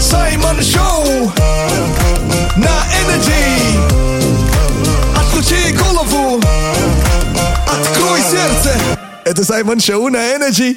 Speaker 5: Саймон Шоу на Энерджи. Отключи голову, открой сердце. Это Саймон Шоу на Энерджи.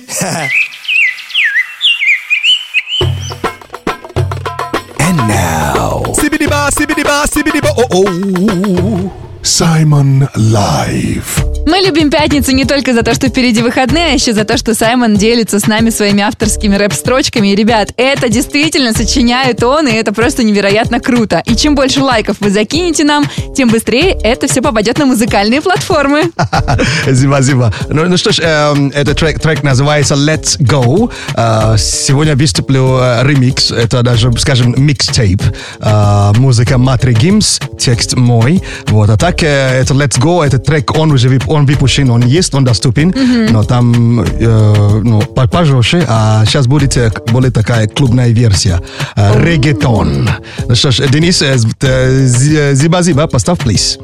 Speaker 5: Сибидиба, сибидиба, сибидиба, oh, о-о. Саймон Лайв.
Speaker 2: Мы любим пятницу не только за то, что впереди выходные, а еще за то, что Саймон делится с нами своими авторскими рэп-строчками. И, ребят, это действительно сочиняет он, и это просто невероятно круто. И чем больше лайков вы закинете нам, тем быстрее это все попадет на музыкальные платформы.
Speaker 1: Зима, зима. Ну, ну что ж, эм, этот трек, трек называется Let's Go. Э, сегодня выступлю э, ремикс, это даже, скажем, микстейп. Э, музыка Матри Гимс, текст мой. Вот, а так, э, это Let's Go, этот трек, он уже вип- он выпущен, он есть, он доступен, но там, э, ну, по- пожестче, а сейчас будет э, более такая клубная версия. Э, регетон. Ну что ж, э, Денис, э, з- э, зи- э, зиба-зиба, поставь, please.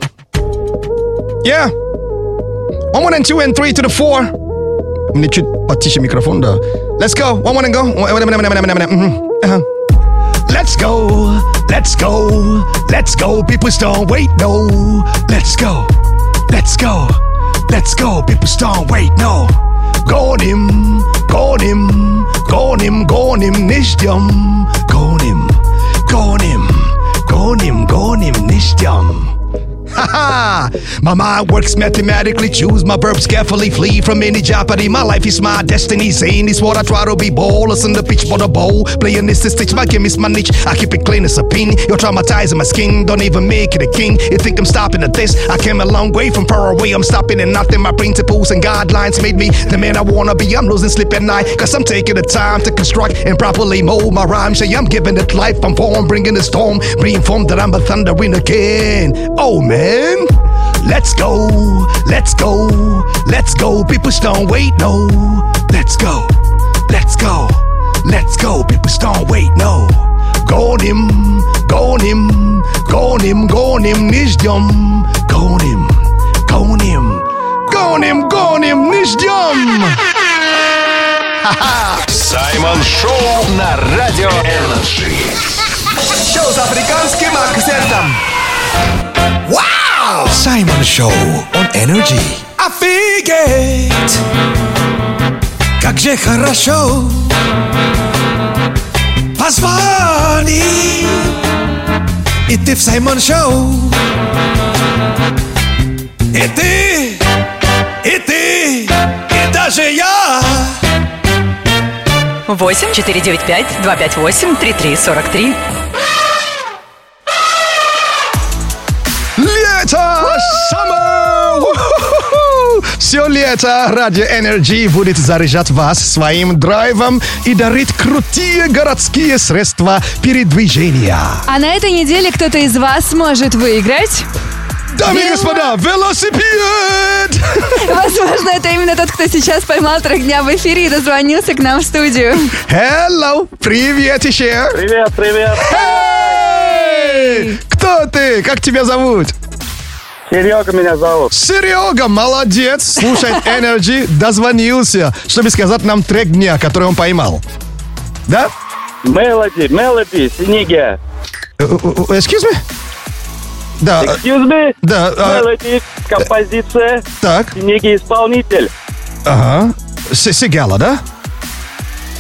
Speaker 1: Yeah. One, one, and two, and three to the four. Мне чуть потише микрофон, да. Let's go. One, one, and go. Мгм. Ага. Uh-huh. Let's go, let's go, let's go. People don't wait, no. Let's go, let's go, let's go. People don't wait, no. Гоним, гоним, гоним, гоним, не ждем. Гоним, гоним, гоним, гоним, не ждем. Ha-ha! My mind works mathematically, choose my verbs carefully, flee from any jeopardy. My life is my destiny, saying it's what I try to be bold. Listen the pitch for the bowl, playing this is stitch, my game is my niche. I keep it clean as a pin. You're traumatizing my skin, don't even make it a king. You think I'm stopping at this? I came a long way from far away, I'm stopping at nothing. My principles and guidelines made me the man I wanna be. I'm losing sleep at night, cause I'm taking the time to construct and properly mold my rhyme. Say I'm giving it life, I'm form, bringing the storm, reinformed that I'm a thundering again. Oh man, let's go, let's go, let's go. People don't wait, no. Let's go, let's go, let's go. People don't wait, no. Gonim, gonim, gonim, gonim, nishdom, gonim, gonim, gonim, gonim, nishdom.
Speaker 4: Саймон Шоу на Радио Энерджи.
Speaker 5: Шоу с африканским акцентом. Вау! Саймон Шоу on Energy. Офигеть! Как же хорошо! Позвони! И ты в Саймон Шоу. И ты, и ты, и даже я.
Speaker 11: 8 495 258 3343.
Speaker 1: Лето! Summer! Уху-ху-ху! Все лето Радио Energy будет заряжать вас своим драйвом и дарить крутые городские средства передвижения.
Speaker 2: А на этой неделе кто-то из вас может выиграть.
Speaker 1: Дамы и господа, велосипед!
Speaker 2: Возможно, это именно тот, кто сейчас поймал трек дня в эфире и дозвонился к нам в студию.
Speaker 1: Hello! Привет еще! Привет, привет! Кто ты? Как тебя зовут?
Speaker 12: Серега меня зовут.
Speaker 1: Серега, молодец, слушает Energy, дозвонился, чтобы сказать нам трек дня, который он поймал. Да?
Speaker 12: Мелоди, Мелоди, Синегия.
Speaker 1: Э, э, э, Excuse me? Да. э,
Speaker 12: Excuse me?
Speaker 1: Да. а,
Speaker 12: Мелоди, композиция.
Speaker 1: Так.
Speaker 12: Синегия исполнитель.
Speaker 1: Ага. С- Сигала, да?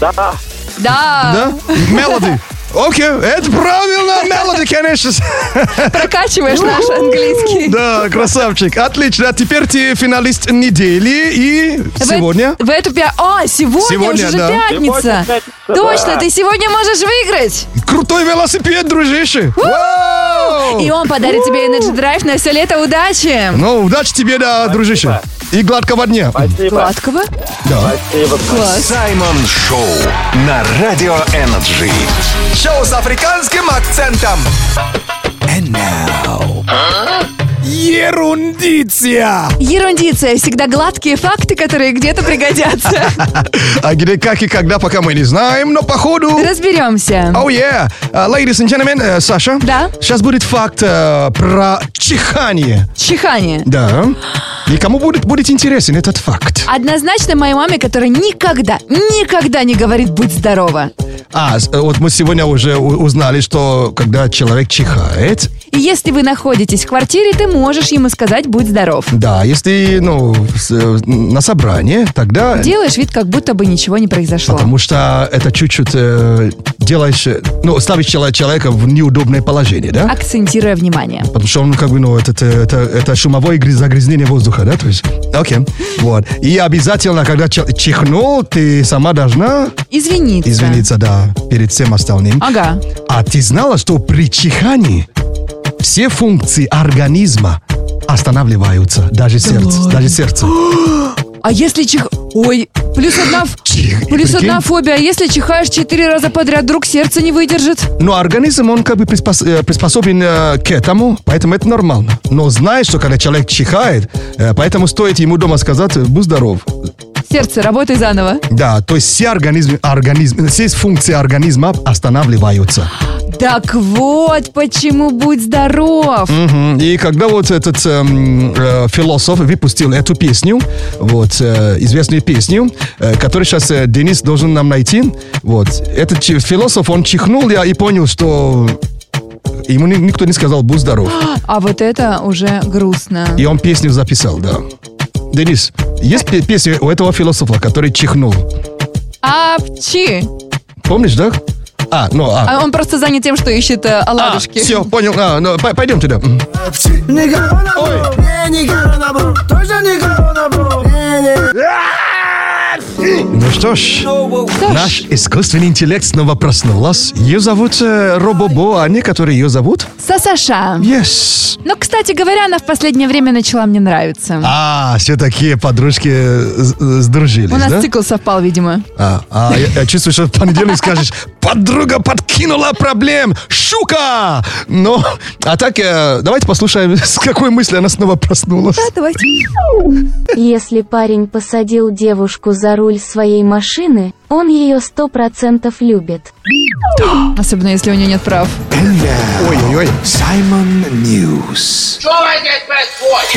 Speaker 12: Да.
Speaker 2: Да.
Speaker 1: Да? Мелоди. Окей, это правильно, Мелоди, конечно.
Speaker 2: Прокачиваешь наш английский.
Speaker 1: Да, красавчик. Отлично. А теперь ты финалист недели и
Speaker 2: В эт-
Speaker 1: сегодня...
Speaker 2: В эту пя... А, сегодня,
Speaker 1: Сегодня,
Speaker 2: уже же
Speaker 1: да.
Speaker 2: пятница.
Speaker 1: Сегодня пятница,
Speaker 2: Точно,
Speaker 1: да.
Speaker 2: ты сегодня можешь выиграть.
Speaker 1: Крутой велосипед, дружище. Вау!
Speaker 2: И он подарит тебе Energy Drive на все лето. Удачи.
Speaker 1: Ну, удачи тебе, да, дружище. И гладкого дня.
Speaker 2: Гладкого.
Speaker 1: Да.
Speaker 2: Класс.
Speaker 4: Саймон Шоу на Радио Энерджи.
Speaker 5: Шоу с африканским акцентом. Ерундиция!
Speaker 2: Ерундиция. Всегда гладкие факты, которые где-то пригодятся.
Speaker 1: А где, как и когда, пока мы не знаем, но походу...
Speaker 2: Разберемся.
Speaker 1: Oh yeah! Uh, ladies and gentlemen, э, Саша.
Speaker 2: Да?
Speaker 1: Сейчас будет факт э, про чихание.
Speaker 2: Чихание.
Speaker 1: Да. И кому будет, будет интересен этот факт?
Speaker 2: Однозначно моей маме, которая никогда, никогда не говорит «будь здорова».
Speaker 1: А, с- э, вот мы сегодня уже у- узнали, что когда человек чихает,
Speaker 2: И если вы находитесь в квартире, ты можешь ему сказать «будь здоров».
Speaker 1: да, если, ну, с- э, на собрание, тогда...
Speaker 2: Делаешь вид, как будто бы ничего не произошло.
Speaker 1: Потому что это чуть-чуть э, делаешь, э, ну, ставишь чело- человека в неудобное положение, да?
Speaker 2: Акцентируя внимание.
Speaker 1: Потому что он как бы, ну, это, это, это, это шумовое гряз- загрязнение воздуха, да? То есть, окей, вот. И обязательно, когда чел- чихнул, ты сама должна
Speaker 2: Извиниться.
Speaker 1: извиниться, да, перед всем остальным.
Speaker 2: Ага.
Speaker 1: А ты знала, что при чихании все функции организма останавливаются, даже сердце, даже сердце.
Speaker 2: А если чих... Ой, плюс одна... ф- Плюс
Speaker 1: прикинь.
Speaker 2: одна фобия. а Если чихаешь четыре раза подряд, вдруг сердце не выдержит.
Speaker 1: Но организм, он как бы приспос- э, приспособлен э, к этому, поэтому это нормально. Но знаешь, что когда человек чихает, э, поэтому стоит ему дома сказать э, «будь здоров».
Speaker 2: Сердце, работай заново.
Speaker 1: Да, то есть все организм, организм, все функции организма останавливаются.
Speaker 2: Так вот, почему будь здоров.
Speaker 1: Мгм. И когда вот этот эм, э, философ выпустил эту песню, вот э, известную песню, э, которую сейчас э, Денис должен нам найти, вот этот чи- философ он чихнул я и понял, что ему ни- никто не сказал будь здоров,
Speaker 2: А вот это уже грустно.
Speaker 1: и он песню записал, да. Денис, есть пе- песня у этого философа, который чихнул,
Speaker 2: А, Апчи.
Speaker 1: помнишь, да? А, ну а.
Speaker 2: А он просто занят тем, что ищет э, оладушки.
Speaker 1: все, понял. А, ну, пой- пойдем туда. Мгм.
Speaker 7: Не корона, бро. Не, не корона, бро. Тоже не корона, бро. Не, не.
Speaker 1: Ну что ж, наш искусственный интеллект снова проснулась. Ее зовут э, Робобо, а некоторые ее зовут?
Speaker 2: Сасаша.
Speaker 1: Yes.
Speaker 2: Но, Ну, кстати говоря, она в последнее время начала мне нравиться.
Speaker 1: А, все такие подружки э, с- э, сдружились,
Speaker 2: У нас
Speaker 1: да?
Speaker 2: цикл совпал, видимо.
Speaker 1: А, а, я, я чувствую, что в понедельник скажешь, подруга подкинула проблем, шука! Но, а так, э, давайте послушаем, с какой мысли она снова проснулась.
Speaker 8: Если парень посадил девушку за руль своей машины, он ее сто процентов любит.
Speaker 2: Особенно, если у нее нет прав.
Speaker 1: Ой-ой-ой.
Speaker 3: Саймон Ньюс.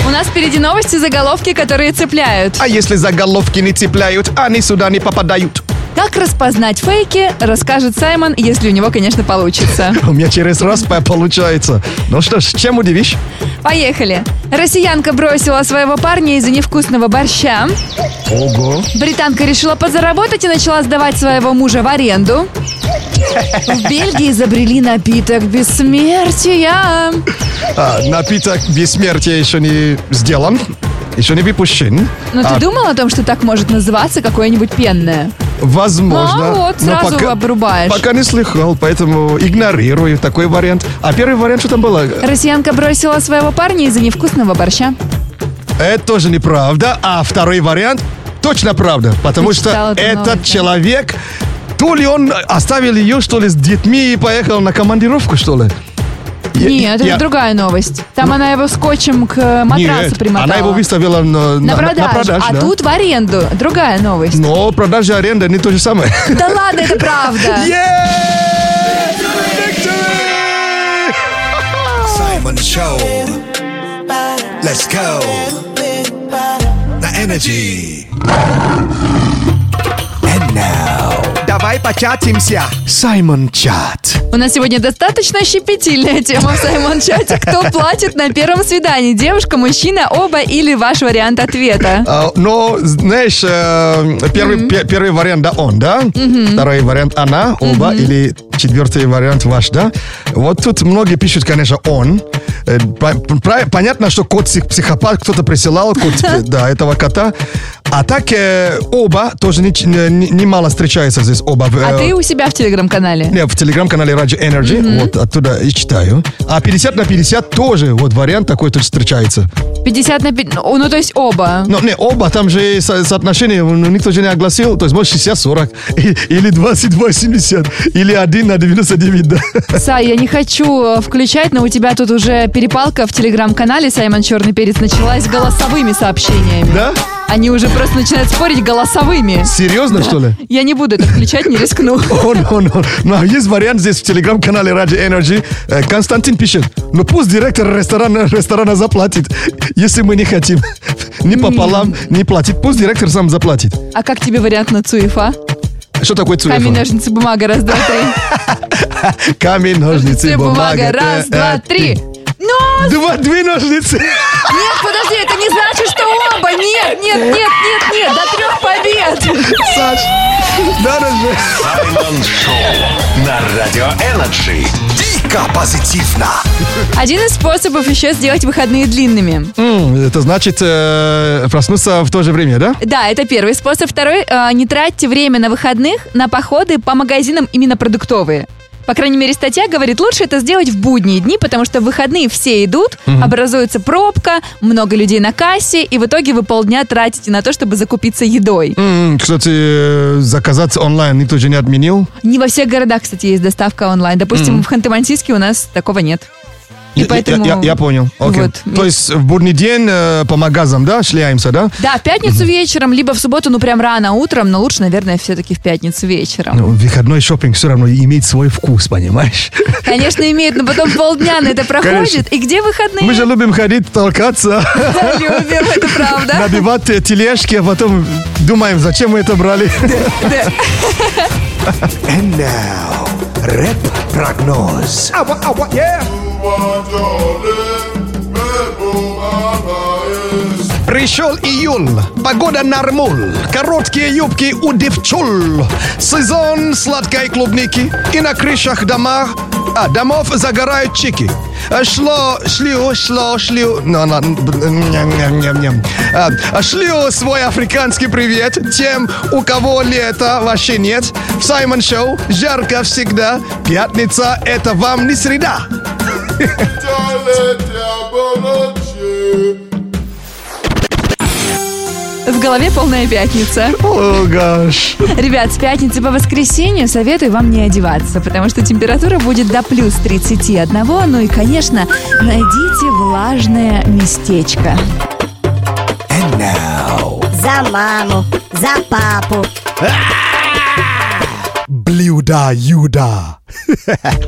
Speaker 2: У нас впереди новости, заголовки, которые цепляют.
Speaker 1: А если заголовки не цепляют, они сюда не попадают.
Speaker 2: Как распознать фейки, расскажет Саймон, если у него, конечно, получится.
Speaker 1: У меня через раз по- получается. Ну что ж, чем удивишь?
Speaker 2: Поехали. Россиянка бросила своего парня из-за невкусного борща.
Speaker 1: Ого.
Speaker 2: Британка решила подзаработать и начала сдавать своего мужа в аренду. В Бельгии изобрели напиток бессмертия.
Speaker 1: А, напиток бессмертия еще не сделан, еще не выпущен. А,
Speaker 2: Но Ну, ты думал о том, что так может называться какое-нибудь пенное?
Speaker 1: Возможно.
Speaker 2: А, вот,
Speaker 1: но
Speaker 2: сразу
Speaker 1: пока,
Speaker 2: обрубаешь.
Speaker 1: Пока не слыхал, поэтому игнорирую такой вариант. А первый вариант, что там было?
Speaker 2: Россиянка бросила своего парня из-за невкусного борща.
Speaker 1: Это тоже неправда. А второй вариант точно правда. Потому
Speaker 2: Ты
Speaker 1: что
Speaker 2: читала эту
Speaker 1: этот
Speaker 2: новость, да?
Speaker 1: человек, то ли он оставил ее, что ли, с детьми и поехал на командировку, что ли. Я-
Speaker 2: Нет, это
Speaker 1: я- Ну.
Speaker 2: другая новость. Там она его скотчем к э, матрасу
Speaker 1: Нет,
Speaker 2: примотала.
Speaker 1: Она его выставила на,
Speaker 2: на,
Speaker 1: на- на
Speaker 2: продажу,
Speaker 1: продаж,
Speaker 2: а
Speaker 1: да. Ну.
Speaker 2: тут в аренду. Другая новость.
Speaker 1: Но продажа и аренда не то же самое.
Speaker 2: Да ладно, это правда.
Speaker 1: Victory!
Speaker 3: Саймон Шоу. Let's go. На energy. And now.
Speaker 5: Давай початимся.
Speaker 1: Саймон Чат.
Speaker 2: У нас сегодня достаточно щепетильная тема в Саймон-чате. Кто платит на первом свидании? Девушка, мужчина, оба или ваш вариант ответа?
Speaker 1: А, Но, знаешь, э, первый, пе- первый вариант, да, он, да? Второй вариант она, оба, или четвертый вариант ваш, да? Вот тут многие пишут, конечно, он. Э, по- пра- Понятно, что кот псих- психопат, кто-то присылал кот, э, да, этого кота. А так э, оба тоже неч- не- не- немало встречается здесь оба.
Speaker 2: А
Speaker 1: Э,
Speaker 2: ты у себя в телеграм-канале?
Speaker 1: не, в телеграм-канале Radio Energy, вот оттуда и читаю. А 50 на 50 тоже вот вариант такой тоже встречается.
Speaker 2: 50 на 50. Ну, то есть оба.
Speaker 1: Но не, оба, там же и со- соотношение, ну, никто же не огласил, то есть может 60-40, и- или 20-80, или 1 на 99, да.
Speaker 2: Сай, я не хочу э, включать, но у тебя тут уже перепалка в телеграм-канале Саймон Черный Перец началась голосовыми сообщениями.
Speaker 1: Да?
Speaker 2: Они уже просто начинают спорить голосовыми.
Speaker 1: Серьезно, что ли?
Speaker 2: Я не буду это включать, не рискну.
Speaker 1: О, но, но. Ну, а есть вариант здесь в телеграм-канале Radio Energy. Э, Константин пишет, ну пусть директор ресторана, ресторана заплатит, если мы не хотим. Ни пополам, не платит. Пусть директор сам заплатит.
Speaker 2: А как тебе вариант на Цуефа?
Speaker 1: Что такое цуефа?
Speaker 2: Камень, ножницы, бумага, раз, два, три.
Speaker 1: Камень, ножницы,
Speaker 2: Ножницы,
Speaker 1: бумага. э,
Speaker 2: бумага, раз, два, три. Но...
Speaker 1: Два, две ножницы.
Speaker 2: Нет, подожди, это не значит, что оба. Нет, нет, нет, нет, нет, до трех побед.
Speaker 1: Саш, надо же.
Speaker 4: Саймон Шоу на Радио Энерджи.
Speaker 3: Дико позитивно.
Speaker 2: Один из способов еще сделать выходные длинными.
Speaker 1: М, Это значит э, проснуться в то же время, да?
Speaker 2: Да, это первый способ. Второй, э, не тратьте время на выходных на походы по магазинам именно продуктовые. По крайней мере, статья говорит, лучше это сделать в будние дни, потому что в выходные все идут,
Speaker 1: Мгм.
Speaker 2: образуется пробка, много людей на кассе, и в итоге вы полдня тратите на то, чтобы закупиться едой.
Speaker 1: М, Кстати, э, заказать онлайн никто же не отменил.
Speaker 2: Не во всех городах, кстати, есть доставка онлайн. Допустим,
Speaker 1: Мгм.
Speaker 2: в Ханты-Мансийске у нас такого нет. И
Speaker 1: Я- я-
Speaker 2: поэтому-
Speaker 1: Я, я понял, окей.
Speaker 2: Вот.
Speaker 1: То есть в будний день э, по магазам, да, шляемся, да?
Speaker 2: Да, в пятницу вечером, либо в субботу, ну прям рано утром, но лучше, наверное, все-таки в пятницу вечером.
Speaker 1: Ну, выходной шопинг все равно имеет свой вкус, понимаешь?
Speaker 2: Конечно, имеет, но потом полдня на это проходит. И где выходные?
Speaker 1: Мы же любим ходить, толкаться,
Speaker 2: Любим, это правда.
Speaker 1: набивать э, тележки, а потом думаем, зачем мы это брали.
Speaker 3: And now. Рэп-прогноз.
Speaker 5: Ава, ава, yeah.
Speaker 1: Пришел июль, погода нормул, короткие юбки у девчул, сезон сладкой клубники, и на крышах дома, а, домов загорают чики. А, Шло, шлю, шло, шлю, на, на, ням, ням, ням, ням. А, а, шлю свой африканский привет тем, у кого лета вообще нет. В Саймон Шоу жарко всегда, пятница это вам не среда.
Speaker 2: В голове полная пятница.
Speaker 1: О,
Speaker 2: Ребят, с пятницы по воскресенье советую вам не одеваться, потому что температура будет до плюс 31. Ну и, конечно, найдите влажное местечко.
Speaker 9: За маму, за папу.
Speaker 1: Блюда, юда.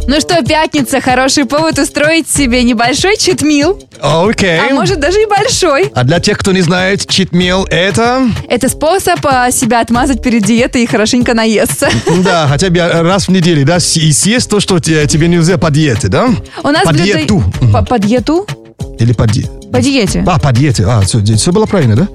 Speaker 2: Ну что, пятница, хороший повод устроить себе небольшой читмил,
Speaker 1: Окей.
Speaker 2: а может даже и большой.
Speaker 1: А для тех, кто не знает, читмил это...
Speaker 2: Это способ а, себя отмазать перед диетой и хорошенько наесться.
Speaker 1: Да, хотя бы раз в неделю, да, с- и съесть то, что те- тебе нельзя по диете, да?
Speaker 2: У нас
Speaker 1: по
Speaker 2: блюдо-
Speaker 1: диету.
Speaker 2: По, по диету?
Speaker 1: Или по диете.
Speaker 2: По диете.
Speaker 1: А, по диете. А, все, было правильно, да?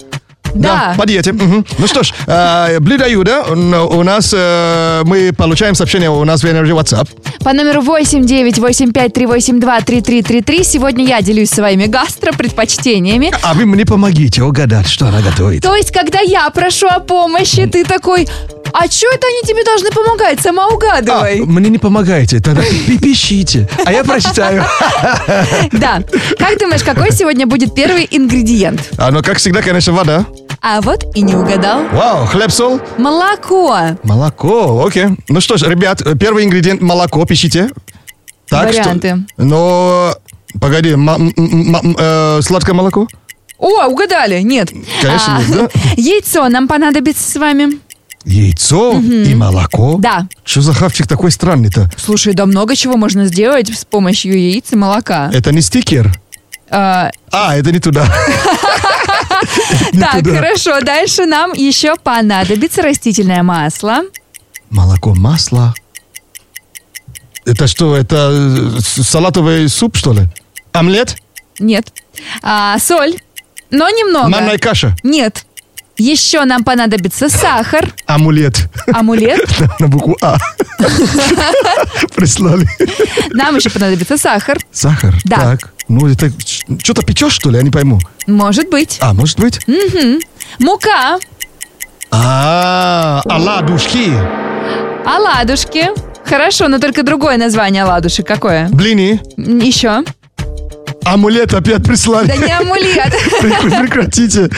Speaker 2: Да.
Speaker 1: по диете. Мгм. Ну что ж, э, блюдо Юда, м, у нас, э, мы получаем сообщение у нас в Energy WhatsApp.
Speaker 2: По номеру 89853823333 сегодня я делюсь своими гастро предпочтениями.
Speaker 1: А вы мне помогите угадать, что она готовит.
Speaker 2: То есть, когда я прошу о помощи, ты такой, а чё это они тебе должны помогать? Сама
Speaker 1: А,
Speaker 2: угадывай.
Speaker 1: мне не помогаете, тогда пи- пишите, а я прочитаю.
Speaker 2: Да. Как думаешь, какой сегодня будет первый ингредиент?
Speaker 1: А, ну, как всегда, конечно, вода.
Speaker 2: А вот и не угадал.
Speaker 1: Вау, хлеб, соль.
Speaker 2: Молоко.
Speaker 1: Молоко, окей. Ну что ж, ребят, первый ингредиент молоко, пишите.
Speaker 2: Варианты.
Speaker 1: Что, но, погоди, ма- м- м- м- э, сладкое молоко?
Speaker 2: О, угадали. Нет.
Speaker 1: Конечно,
Speaker 2: А,
Speaker 1: нет, да?
Speaker 2: Яйцо нам понадобится с вами.
Speaker 1: Яйцо и молоко?
Speaker 2: Да.
Speaker 1: Что за хавчик такой странный-то?
Speaker 2: Слушай, да много чего можно сделать с помощью яиц и молока.
Speaker 1: Это не стикер?
Speaker 2: Э,
Speaker 1: А, это не туда.
Speaker 2: Так,
Speaker 1: туда.
Speaker 2: хорошо. Дальше нам еще понадобится растительное масло.
Speaker 1: Молоко, масло. Это что, это э, с- салатовый суп, что ли? Омлет?
Speaker 2: Нет. А, соль. Но немного.
Speaker 1: Манная каша?
Speaker 2: Нет. Еще нам понадобится сахар,
Speaker 1: Амулет.
Speaker 2: амулет.
Speaker 1: На букву А. Прислали.
Speaker 2: Нам еще понадобится сахар.
Speaker 1: Сахар?
Speaker 2: Да.
Speaker 1: Так. Ну, это что-то печешь, что ли? Я не пойму.
Speaker 2: Может быть.
Speaker 1: А, может быть?
Speaker 2: Мгм. Мука,
Speaker 1: А, оладушки.
Speaker 2: оладушки. Хорошо, но только другое название оладушек какое?
Speaker 1: Блины.
Speaker 2: Еще.
Speaker 1: Амулет опять прислали.
Speaker 2: Да не амулет.
Speaker 1: Прек- Прекратите.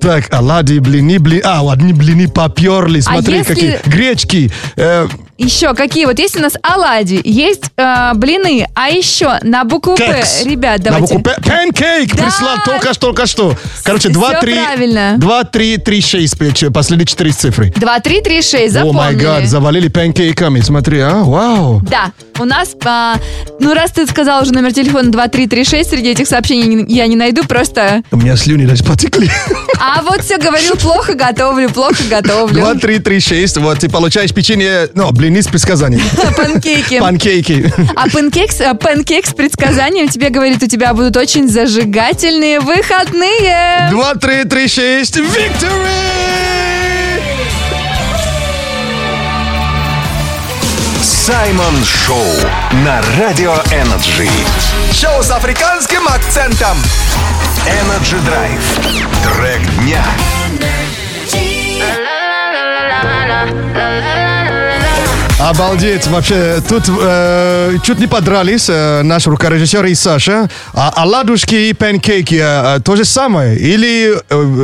Speaker 1: Так, оладьи, блины, блины. А, одни блины поперли, смотри,
Speaker 2: А если-
Speaker 1: какие. Гречки. э,
Speaker 2: Еще какие? Вот есть у нас оладьи, есть э, блины, а еще на букву П,
Speaker 1: кекс.
Speaker 2: ребят,
Speaker 1: На
Speaker 2: давайте.
Speaker 1: букву П. Панкейк
Speaker 2: Да.
Speaker 1: прислал только что, только что. Короче,
Speaker 2: Всё
Speaker 1: 2, 3,
Speaker 2: правильно.
Speaker 1: 2, 3, 3, 6, последние 4 цифры.
Speaker 2: 2, 3, 3, 6,
Speaker 1: О май
Speaker 2: запомнили.
Speaker 1: гад, завалили панкейками, смотри, а, вау.
Speaker 2: Да, у нас, а, ну раз ты сказал уже номер телефона 2336, среди этих сообщений не- я не найду, просто...
Speaker 1: У меня слюни даже потекли.
Speaker 2: А вот все говорил, плохо готовлю, плохо готовлю.
Speaker 1: 2, 3, 3, 6, вот ты получаешь печенье, ну, блины с предсказанием.
Speaker 2: Панкейки.
Speaker 1: Панкейки.
Speaker 2: А панкейк, а панкейк с предсказанием тебе говорит, у тебя будут очень зажигательные выходные.
Speaker 1: 2, 3, 3, 6, victory!
Speaker 4: Саймон Шоу на Радио Энерджи.
Speaker 5: Шоу с африканским акцентом.
Speaker 4: Energy Драйв. Трек дня.
Speaker 1: Обалдеть, вообще, тут э, чуть не подрались э, наш рукорежиссер и Саша. А оладушки и панкейки э, э, то же самое? Или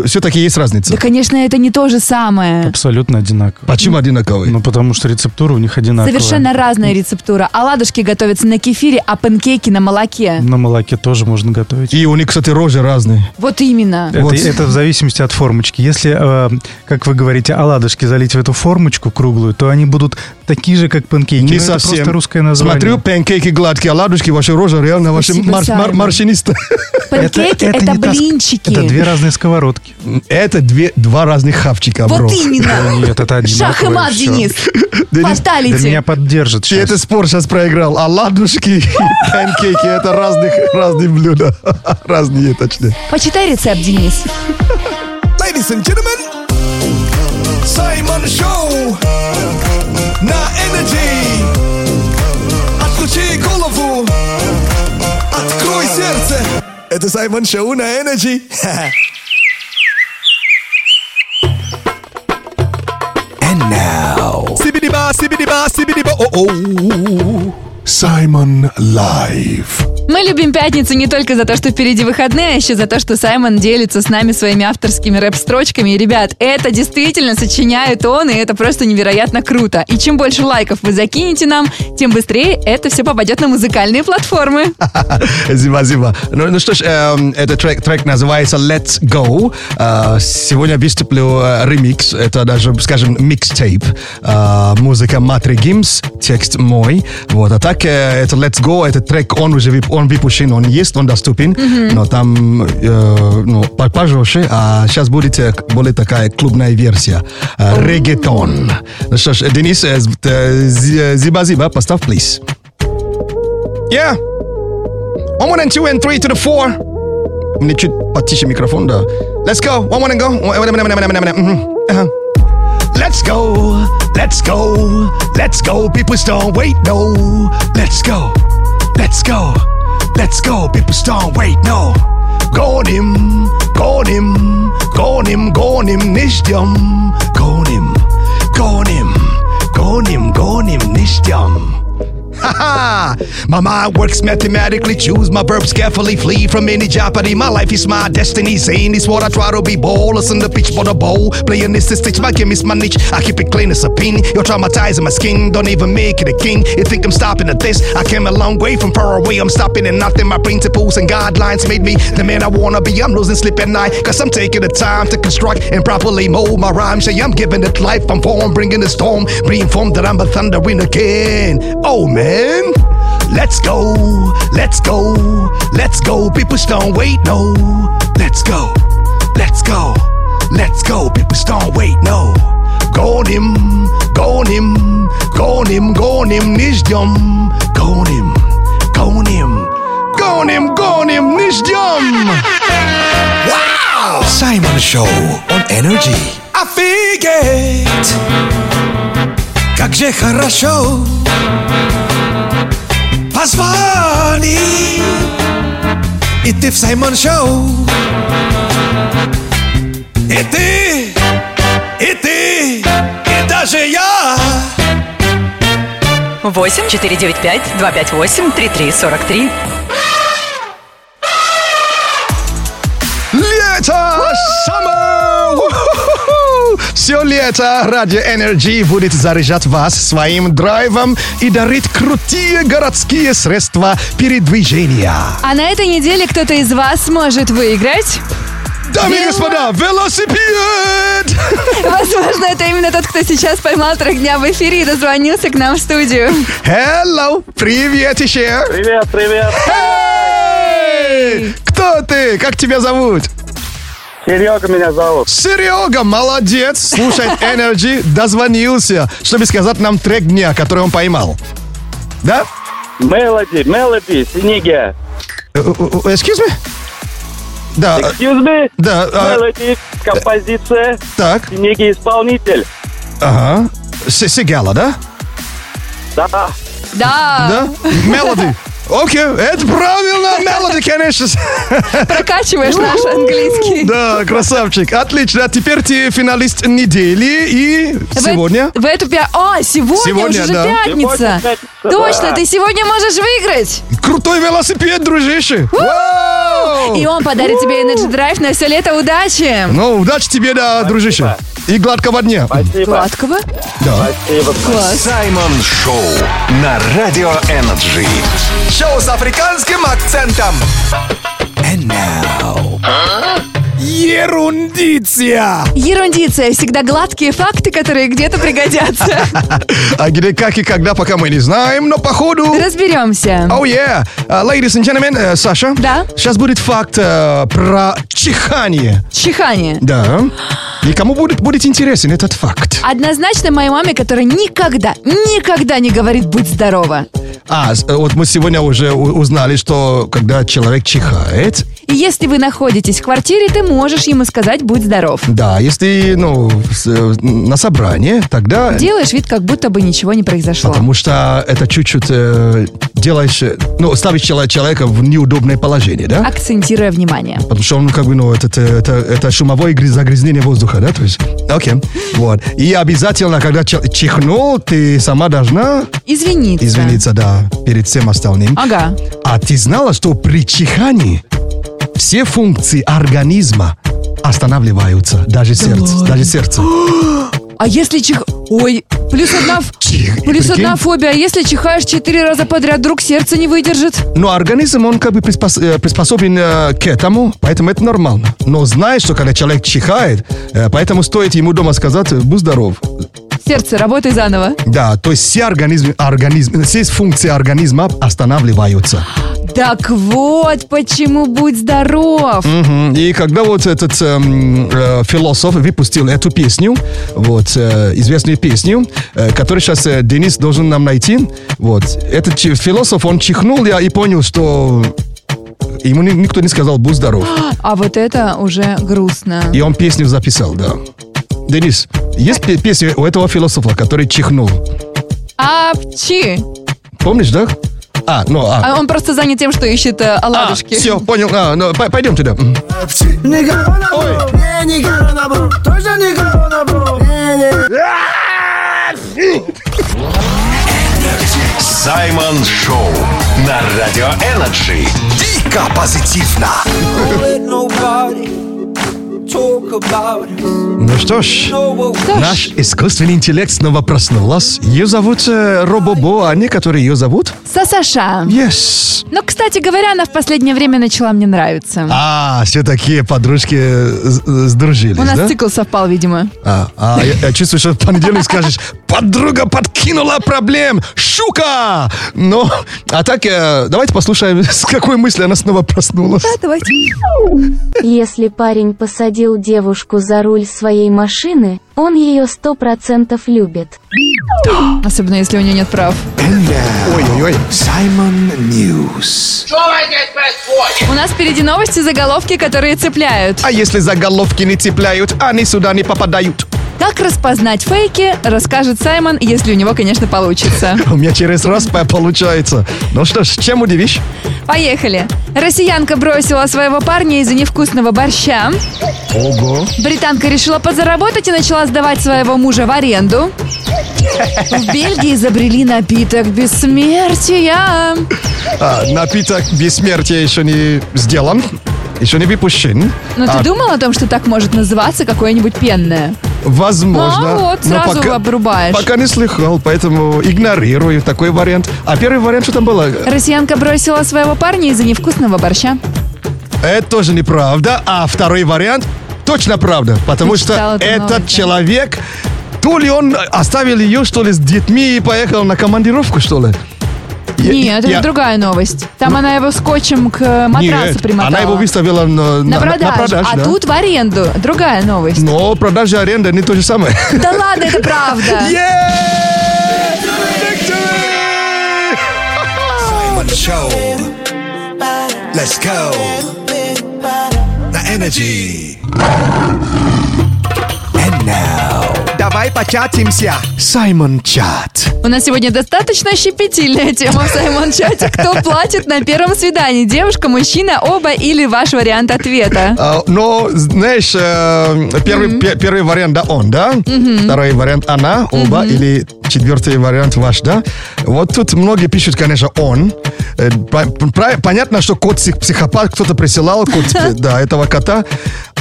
Speaker 1: все-таки есть разница?
Speaker 2: Да, конечно, это не то же самое.
Speaker 10: Абсолютно одинаковые.
Speaker 1: Почему одинаковые?
Speaker 10: Ну, потому что рецептура у них одинаковая.
Speaker 2: Совершенно разная рецептура. Оладушки готовятся на кефире, а панкейки на молоке.
Speaker 10: На молоке тоже можно готовить.
Speaker 1: И у них, кстати, рожи разные.
Speaker 2: Вот именно.
Speaker 10: Это, это в зависимости от формочки. Если, э, как вы говорите, оладушки залить в эту формочку круглую, то они будут такие же, как панкейки.
Speaker 1: Не
Speaker 10: Но ну это
Speaker 1: совсем.
Speaker 10: просто русское название.
Speaker 1: Смотрю, панкейки гладкие, оладушки, ваши рожа реально ваши
Speaker 2: Спасибо,
Speaker 1: мар- мар-
Speaker 2: Саймон.
Speaker 1: морщинистые.
Speaker 2: Панкейки это,
Speaker 10: э, не та ск-
Speaker 2: блинчики.
Speaker 10: Это две разные сковородки.
Speaker 1: Это две, два разных хавчика,
Speaker 2: Вот
Speaker 1: бро.
Speaker 2: именно.
Speaker 10: Нет, это один.
Speaker 2: Шах и мат, Денис. Поставите.
Speaker 10: меня поддержит
Speaker 1: Ты этот спор сейчас проиграл. Оладушки и панкейки это разных, разные блюда. Разные, точнее.
Speaker 2: Почитай рецепт, Денис.
Speaker 5: Ladies and gentlemen, Саймон Шоу на Energy. Отключи голову, открой сердце. Это Саймон Шоу на Energy. And now. Сибидиба, сибидиба, сибидиба, о-о. Саймон Лайв.
Speaker 2: Мы любим пятницу не только за то, что впереди выходные, а еще за то, что Саймон делится с нами своими авторскими рэп-строчками. И, ребят, это действительно сочиняет он, и это просто невероятно круто. И чем больше лайков вы закинете нам, тем быстрее это все попадет на музыкальные платформы.
Speaker 1: Зима, зима. Ну, ну что ж, эм, этот трек, трек называется Let's Go. Э, сегодня выступлю э, ремикс, это даже, скажем, микстейп. Э, музыка Матри Гимс, текст мой. Вот, а так, э, это Let's Go, этот трек, он уже вип- он выпущен, он есть, он доступен, но там, э, ну, по- пожестче, а сейчас будет э, более такая клубная версия. Э, регетон. Ну что ж, э, Денис, э, з- э, зи- э, зиба-зиба, поставь, please. Yeah! One, one, and two, and three to the four. Мне чуть потише микрофон, да. Let's go. One, one, and go. Мгм. Ага. Uh-huh. Let's go. Let's go. Let's go. People don't wait, no. Let's go. Let's go. Let's go. People don't wait, no. Гоним, гоним, гоним, гоним, не ждем. Гоним, гоним, гоним, гоним, не ждем. Ha-ha! My mind works mathematically, choose my verbs carefully, flee from any jeopardy. My life is my destiny, saying is what I try to be bold. Listen the pitch for the bowl, playing this is stitch, my game is my niche. I keep it clean as a pin. You're traumatizing my skin, don't even make it a king. You think I'm stopping at this? I came a long way from far away, I'm stopping at nothing. My principles and guidelines made me the man I wanna be. I'm losing sleep at night, cause I'm taking the time to construct and properly mold my rhyme. Say I'm giving it life, I'm form, bringing the storm, reinformed that I'm a thundering again. Oh man. Let's go, let's go,
Speaker 6: Let's go, people don't wait, no. Let's go, let's go, let's go, people don't wait, no. Гоним, гоним, гоним, гоним, не ждем. Гоним, гоним, гоним, гоним, не ждем. Wow!
Speaker 3: Саймон Шоу on Energy. Офигеть! Как же хорошо! Позвони! И ты в Саймон Шоу! И ты! И ты! И даже я!
Speaker 11: 8 495 258 3343.
Speaker 1: Лето! Summer! Уху-ху! Все лето Радио Energy будет заряжать вас своим драйвом и дарить крутые городские средства передвижения.
Speaker 2: А на этой неделе кто-то из вас может выиграть...
Speaker 1: Дамы и
Speaker 2: вело-
Speaker 1: господа, велосипед!
Speaker 2: Возможно, это именно тот, кто сейчас поймал трек дня в эфире и дозвонился к нам в студию.
Speaker 1: Hello! Привет еще!
Speaker 12: Привет, привет!
Speaker 1: Кто ты? Как тебя зовут?
Speaker 12: Серега меня зовут.
Speaker 1: Серега, молодец! Слушает Energy, дозвонился, чтобы сказать нам трек дня, который он поймал. Да?
Speaker 12: Мелоди, Мелоди, Синегия.
Speaker 1: Э, э, э, Excuse me? Да. э,
Speaker 12: Excuse me?
Speaker 1: Да. а,
Speaker 12: Мелоди, композиция.
Speaker 1: Так.
Speaker 12: Синегия исполнитель.
Speaker 1: Ага. С- Сигала, да?
Speaker 12: Да.
Speaker 2: Да.
Speaker 1: Да? Мелоди. Окей, это правильно, Мелоди, конечно.
Speaker 2: Прокачиваешь наш английский.
Speaker 1: Да, красавчик. Отлично. А Теперь ты финалист недели и
Speaker 2: В э-
Speaker 1: сегодня...
Speaker 2: В эту пя... О, сегодня,
Speaker 1: Сегодня,
Speaker 2: уже же
Speaker 1: да.
Speaker 2: пятница.
Speaker 12: Сегодня пятница,
Speaker 2: Точно,
Speaker 12: да.
Speaker 2: ты сегодня можешь выиграть.
Speaker 1: Крутой велосипед, дружище! Вау!
Speaker 2: И он подарит тебе Energy Drive на все лето. Удачи!
Speaker 1: Ну, удачи тебе, да, дружище. И гладкого дня.
Speaker 12: Спасибо.
Speaker 2: Сладкого.
Speaker 1: Да.
Speaker 4: Саймон Шоу на Радио Энерджи.
Speaker 3: Шоу с африканским акцентом. And now... Ерундиция!
Speaker 2: Ерундиция. Всегда гладкие факты, которые где-то пригодятся.
Speaker 1: А где, как и когда, пока мы не знаем, но походу...
Speaker 2: Разберемся.
Speaker 1: Oh yeah! Uh, ladies and gentlemen, э, Саша.
Speaker 2: Да?
Speaker 1: Сейчас будет факт э, про чихание.
Speaker 2: Чихание.
Speaker 1: Да. И кому будет, будет интересен этот факт?
Speaker 2: Однозначно моей маме, которая никогда, никогда не говорит «будь здорова».
Speaker 1: А, с- э, вот мы сегодня уже у- узнали, что когда человек чихает,
Speaker 2: И если вы находитесь в квартире, ты можешь ему сказать «будь здоров».
Speaker 1: да, если, ну, с- э, на собрание, тогда...
Speaker 2: Делаешь вид, как будто бы ничего не произошло.
Speaker 1: Потому что это чуть-чуть э, делаешь, э, ну, ставишь чело- человека в неудобное положение, да?
Speaker 2: Акцентируя внимание.
Speaker 1: Потому что он как бы, ну, это, это, это шумовое гряз- загрязнение воздуха, да? То есть, окей, вот. И обязательно, когда че- чихнул, ты сама должна
Speaker 2: Извиниться.
Speaker 1: извиниться, да, перед всем остальным.
Speaker 2: Ага.
Speaker 1: А ты знала, что при чихании все функции организма останавливаются, даже сердце, даже сердце.
Speaker 2: А если чих... Ой, плюс одна... ф-
Speaker 1: Чих,
Speaker 2: Плюс
Speaker 1: прикинь?
Speaker 2: одна фобия. А Если чихаешь четыре раза подряд, друг сердце не выдержит.
Speaker 1: Но организм, он как бы приспос- э, приспособлен э, к этому, поэтому это нормально. Но знаешь, что когда человек чихает, э, поэтому стоит ему дома сказать э, «будь здоров».
Speaker 2: Сердце, работай заново.
Speaker 1: Да, то есть все организмы, организм, все функции организма останавливаются.
Speaker 2: Так вот, почему будь здоров.
Speaker 1: Мгм. И когда вот этот эм, э, философ выпустил эту песню, вот э, известную песню, э, которую сейчас э, Денис должен нам найти, вот этот чи- философ он чихнул я и понял, что ему ни- никто не сказал будь здоров,
Speaker 2: А вот это уже грустно.
Speaker 1: и он песню записал, да. Денис, есть пе- песня у этого философа, который чихнул,
Speaker 2: А, Апчи.
Speaker 1: помнишь, да? А, ну а.
Speaker 2: А он просто занят тем, что ищет э, оладушки.
Speaker 1: все, понял. А, ну, пой- пойдем туда. М.
Speaker 7: Не коронавирус. Не, не коронавирус. Точно не коронавирус. Не, не.
Speaker 4: Саймон Шоу на Радио Энерджи.
Speaker 3: Дико позитивно!
Speaker 13: Don't let nobody
Speaker 1: Ну что ж, наш искусственный интеллект снова проснулась. Ее зовут э, Робобо, а некоторые ее зовут...
Speaker 2: Сасаша.
Speaker 1: Yes.
Speaker 2: Но, Ну, кстати говоря, она в последнее время начала мне нравиться.
Speaker 1: А, все такие подружки э, с- э, сдружились,
Speaker 2: У нас
Speaker 1: да?
Speaker 2: цикл совпал, видимо.
Speaker 1: А, а, я, я чувствую, что в понедельник скажешь, подруга подкинула проблем, шука! Но, а так, э, давайте послушаем, с какой мысли она снова проснулась.
Speaker 8: Если парень посадил девушку за руль своей машины, он ее сто процентов любит.
Speaker 2: Особенно если у нее нет прав.
Speaker 1: Ой-ой-ой.
Speaker 3: Саймон Ньюс.
Speaker 2: У нас впереди новости, заголовки, которые цепляют.
Speaker 1: А если заголовки не цепляют, они сюда не попадают.
Speaker 2: Как распознать фейки, расскажет Саймон, если у него, конечно, получится.
Speaker 1: У меня через раз П получается. Ну что ж, чем удивишь?
Speaker 2: Поехали. Россиянка бросила своего парня из-за невкусного борща.
Speaker 1: Ого.
Speaker 2: Британка решила подзаработать и начала сдавать своего мужа в аренду. В Бельгии изобрели напиток бессмертия. Ну,
Speaker 1: А, напиток бессмертия еще не сделан, еще не выпущен.
Speaker 2: Но
Speaker 1: А,
Speaker 2: Ну, ты думал о том, что так может называться какое-нибудь пенное?
Speaker 1: Возможно.
Speaker 2: А, вот,
Speaker 1: но
Speaker 2: сразу
Speaker 1: пока,
Speaker 2: обрубаешь.
Speaker 1: Пока не слыхал, поэтому игнорирую такой вариант. А первый вариант что там было?
Speaker 2: Россиянка бросила своего парня из-за невкусного борща.
Speaker 1: Это тоже неправда. А второй вариант точно правда. Потому
Speaker 2: Ты читал
Speaker 1: что
Speaker 2: эту
Speaker 1: этот
Speaker 2: новость, да?
Speaker 1: человек, то ли он оставил ее, что ли, с детьми и поехал на командировку, что ли. Я-
Speaker 2: Нет, это
Speaker 1: я- Ну.
Speaker 2: другая новость. Там она его скотчем к э, матрасу
Speaker 1: Нет,
Speaker 2: примотала.
Speaker 1: она его выставила на,
Speaker 2: на,
Speaker 1: на- на
Speaker 2: продажу.
Speaker 1: продаж,
Speaker 2: а
Speaker 1: да.
Speaker 2: тут в аренду. Другая новость.
Speaker 1: Но продажа и аренда не то же самое.
Speaker 2: Да ладно, это правда.
Speaker 6: Саймон Шоу. Let's go. На Energy. And now. Давай початимся. Саймон Чат.
Speaker 2: У нас сегодня достаточно щепетильная тема в Саймон-чате. Кто платит на первом свидании? Девушка, мужчина, оба или ваш вариант ответа?
Speaker 1: А, Но, знаешь, э, первый, пе- первый вариант, да, он, да? Второй вариант она, оба, или четвертый вариант ваш, да? Вот тут многие пишут, конечно, он. Э, пра- пра- Понятно, что кот псих- психопат кто-то присылал, кот, э, да, этого кота.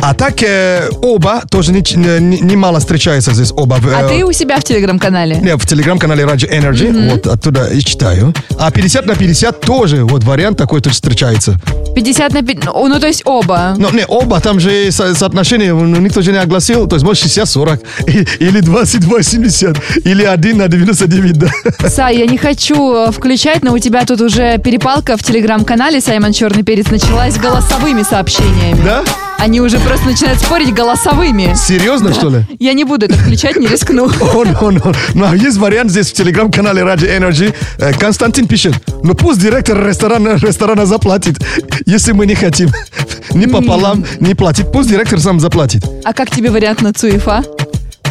Speaker 1: А так э, оба тоже не ч- не- не- немало встречается здесь оба.
Speaker 2: А
Speaker 1: Э,
Speaker 2: ты у себя в телеграм-канале.
Speaker 1: не, в телеграм-канале Radio Energy, вот оттуда и читаю. А 50 на 50 тоже вот вариант такой тут встречается.
Speaker 2: 50 на 50. Ну, ну, то есть оба.
Speaker 1: Ну, не, оба, там же и со- соотношение, ну, никто же не огласил, то есть, может, 60-40, и- или 20-80, или 1 на 99, да.
Speaker 2: Сай, я не хочу э, включать, но у тебя тут уже перепалка в телеграм-канале Саймон Черный Перец началась с голосовыми сообщениями.
Speaker 1: Да?
Speaker 2: Они уже просто начинают спорить голосовыми.
Speaker 1: Серьезно, что ли?
Speaker 2: Я не буду это включать, не рискну.
Speaker 1: О, но, но. Ну, а есть вариант здесь в телеграм-канале Radio Energy. Э, Константин пишет, ну пусть директор ресторана, ресторана заплатит, если мы не хотим. Не пополам, не платит. Пусть директор сам заплатит.
Speaker 2: А как тебе вариант на Цуефа?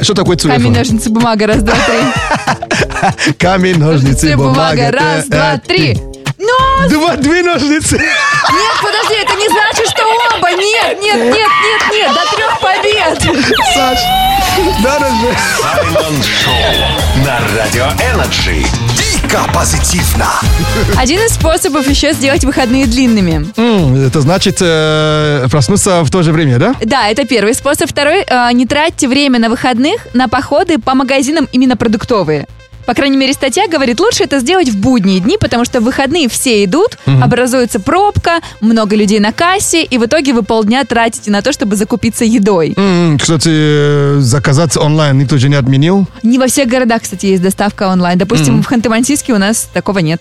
Speaker 1: Что такое цуефа?
Speaker 2: Камень, ножницы, бумага, раз, два, три.
Speaker 1: Камень, ножницы,
Speaker 2: Все, бумага,
Speaker 1: бумага.
Speaker 2: раз,
Speaker 1: Э,
Speaker 2: два,
Speaker 1: э,
Speaker 2: три. Но...
Speaker 1: Два, две ножницы.
Speaker 2: Нет, подожди, это не значит, что оба. Нет, нет, нет, нет, нет, до трех побед.
Speaker 1: Саш, надо же.
Speaker 4: Саймон Шоу на Радио Энерджи.
Speaker 6: Дико позитивно.
Speaker 2: Один из способов еще сделать выходные длинными.
Speaker 1: М, Это значит э, проснуться в то же время, да?
Speaker 2: Да, это первый способ. Второй, э, не тратьте время на выходных на походы по магазинам именно продуктовые. По крайней мере, статья говорит, лучше это сделать в будние дни, потому что в выходные все идут, образуется пробка, много людей на кассе, и в итоге вы полдня тратите на то, чтобы закупиться едой.
Speaker 1: М, Кстати, э, заказать онлайн никто же не отменил.
Speaker 2: Не во всех городах, кстати, есть доставка онлайн. Допустим, в Ханты-Мансийске у нас такого нет.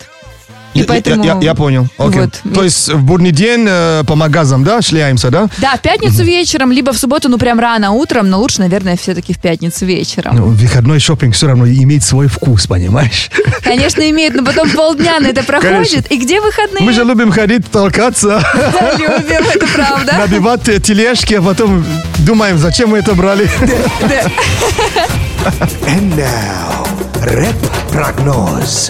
Speaker 2: И
Speaker 1: Я- я-
Speaker 2: поэтому-
Speaker 1: Я, я понял. Окей.
Speaker 2: Вот.
Speaker 1: То есть в будний день э, по магазам, да, шляемся, да?
Speaker 2: Да, в пятницу вечером, либо в субботу, ну прям рано утром, но лучше, наверное, все-таки в пятницу вечером.
Speaker 1: Ну, выходной шопинг все равно имеет свой вкус, понимаешь?
Speaker 2: Конечно, имеет, но потом полдня на это проходит. И где выходные?
Speaker 1: Мы же любим ходить, толкаться,
Speaker 2: Да, любим, это правда.
Speaker 1: набивать э, тележки, а потом думаем, зачем мы это брали.
Speaker 2: Да.
Speaker 6: And now. Рэп-прогноз.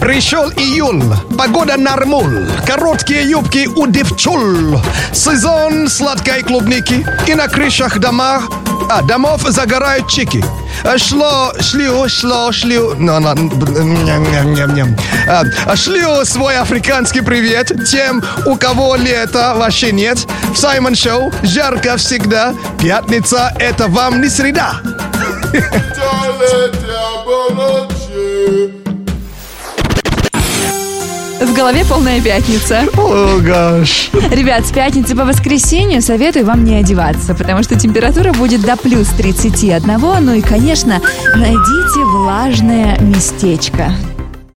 Speaker 1: Пришел июль, погода нормуль, короткие юбки у девчул, сезон сладкой клубники и на крышах домах А, домов загорают чики. А, Шло, шлю, шло, шлю. Ну, на- ням, ням, ням. А, а, Шлю свой африканский привет тем, у кого лета вообще нет. В Саймон Шоу жарко всегда. Пятница — это вам не среда.
Speaker 2: В голове полная пятница.
Speaker 1: О, гаш.
Speaker 2: Ребят, с пятницы по воскресенье советую вам не одеваться, потому что температура будет до плюс 31. Ну и, конечно, найдите влажное местечко.